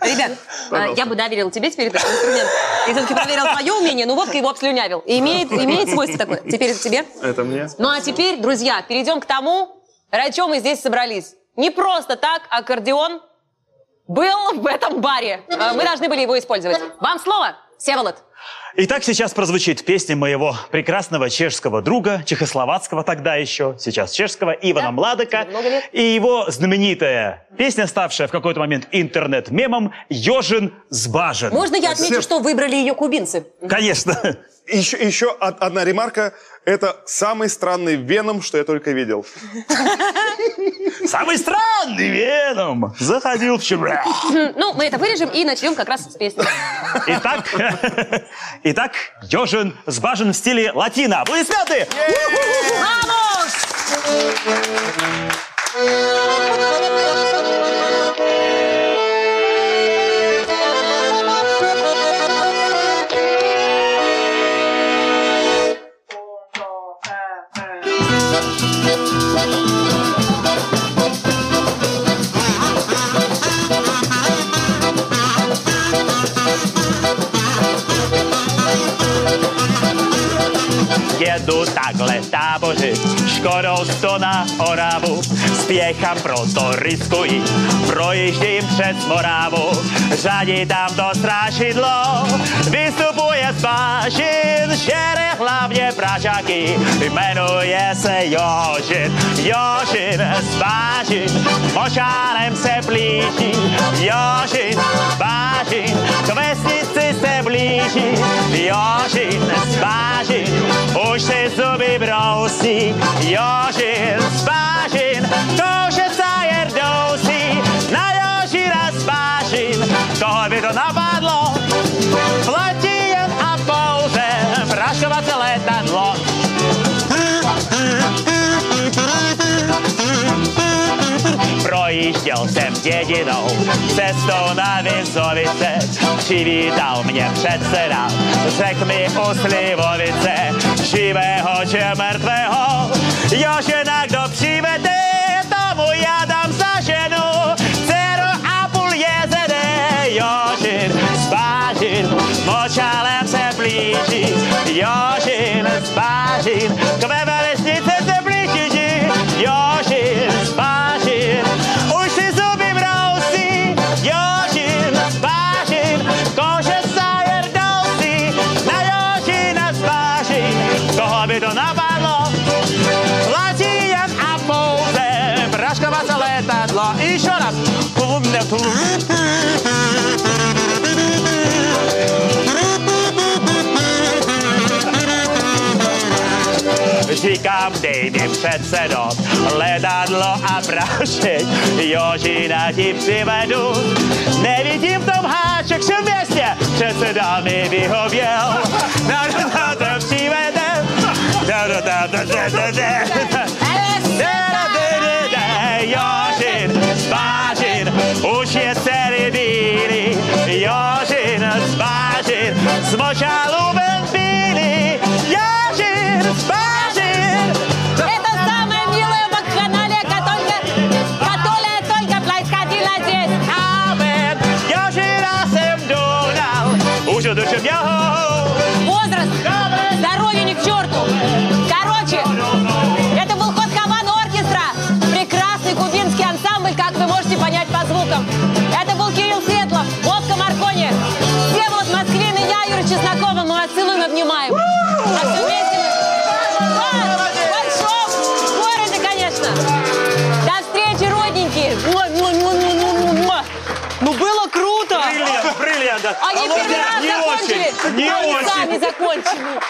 A: Ребят, а, я бы доверила тебе теперь этот инструмент. И все-таки проверил твое умение, но Вовка его обслюнявил. И имеет, имеет свойство такое. Теперь это тебе.
B: Это мне.
A: Ну а теперь, друзья, перейдем к тому, ради чего мы здесь собрались. Не просто так аккордеон Э, был в этом баре. А, Мы должны были его использовать. Вам слово, Всеволод.
D: Итак, сейчас прозвучит песня моего прекрасного чешского друга, чехословацкого тогда еще, сейчас чешского, Ивана
A: Да,
D: Младока.
A: тебе много лет.
D: И его знаменитая песня, ставшая в какой-то момент интернет-мемом «Ежин с бажен».
A: Можно я отмечу,
B: Свет.
A: что выбрали ее кубинцы?
D: Конечно.
B: Еще, еще од- одна ремарка. Это самый странный веном, что я только видел.
D: Самый странный Веном заходил вчера.
A: Ну, мы это вырежем и начнем как раз с песни.
D: Итак, итак, Ёжин с бажен в стиле латино. Аплодисменты! Jedu takhle táboři, škodou to na Oravu. Spěchám, proto riskuji, projíždím přes Moravu. Řadí tam to strašidlo, vystupuje z bažin, žere hlavně Pražáky. Jmenuje se Jožin, Jožin z bažin, močárem se blíží. Jožin z bažin, k vesnici se blíží. Jožin z bažin, už si zuby brousí, Jožin z Bažin, to že frajer dousí, na Jožina z Bažin, koho by to napadlo, platí jen a pouze prašovací letadlo. Projížděl jsem dědinou, cestou na Vizovice. Přivítal mě předseda, řekl mi u Slivovice, živého či mrtvého. Jo, žena, kdo přivede, tomu já dám za ženu. Dceru a půl jezede, Jožin z Bážin, močálem se blíží. Jožin z Bážin, k vevelesnice se blíží. Jožin z Bážin, už si zuby brousí. Jožin z Bážin, kože sajer dousí. Na Jožina z Bážin, koho by to napadlo? Platí jen a pouze, praškova se letadlo. I Еще раз. Pum, da, pum. Říkám, dej mi předsedo, ledadlo a prášek, Jožina ti přivedu. Nevidím v tom háček, jsem věstě, předseda mi vyhověl. Na na to přivede, na na na na na na na Ды-ды-ды-ды-ды, Ёжин, спажин, уж є це ребілі. Ёжин, спажин, змочалу бенбілі. Ёжин, спажин.
F: Это самая милая вакханалия, которая, которая только происходила здесь.
D: Амен. Ёжин асем дунал, уже дучим його.
F: Возраст, здоровье ни к черту. Короче, это был ход Хавана оркестра. Прекрасный кубинский ансамбль, как вы можете понять по звукам. Это был Кирилл Светлов, Вовка Маркони. Всеволод Москвин и я, Юра Чеснокова. Мы вас целуем и обнимаем. А все вместе мы- Да, в большом городе, конечно. До встречи, родненькие. Муа, муа, муа, муа, муа, муа.
A: Ну, было круто!
D: Бриллиант, бриллиант.
F: Они
D: вот
F: первый
D: это
F: раз
D: не
F: закончили.
D: очень, не
F: Они
D: очень.
F: сами закончили.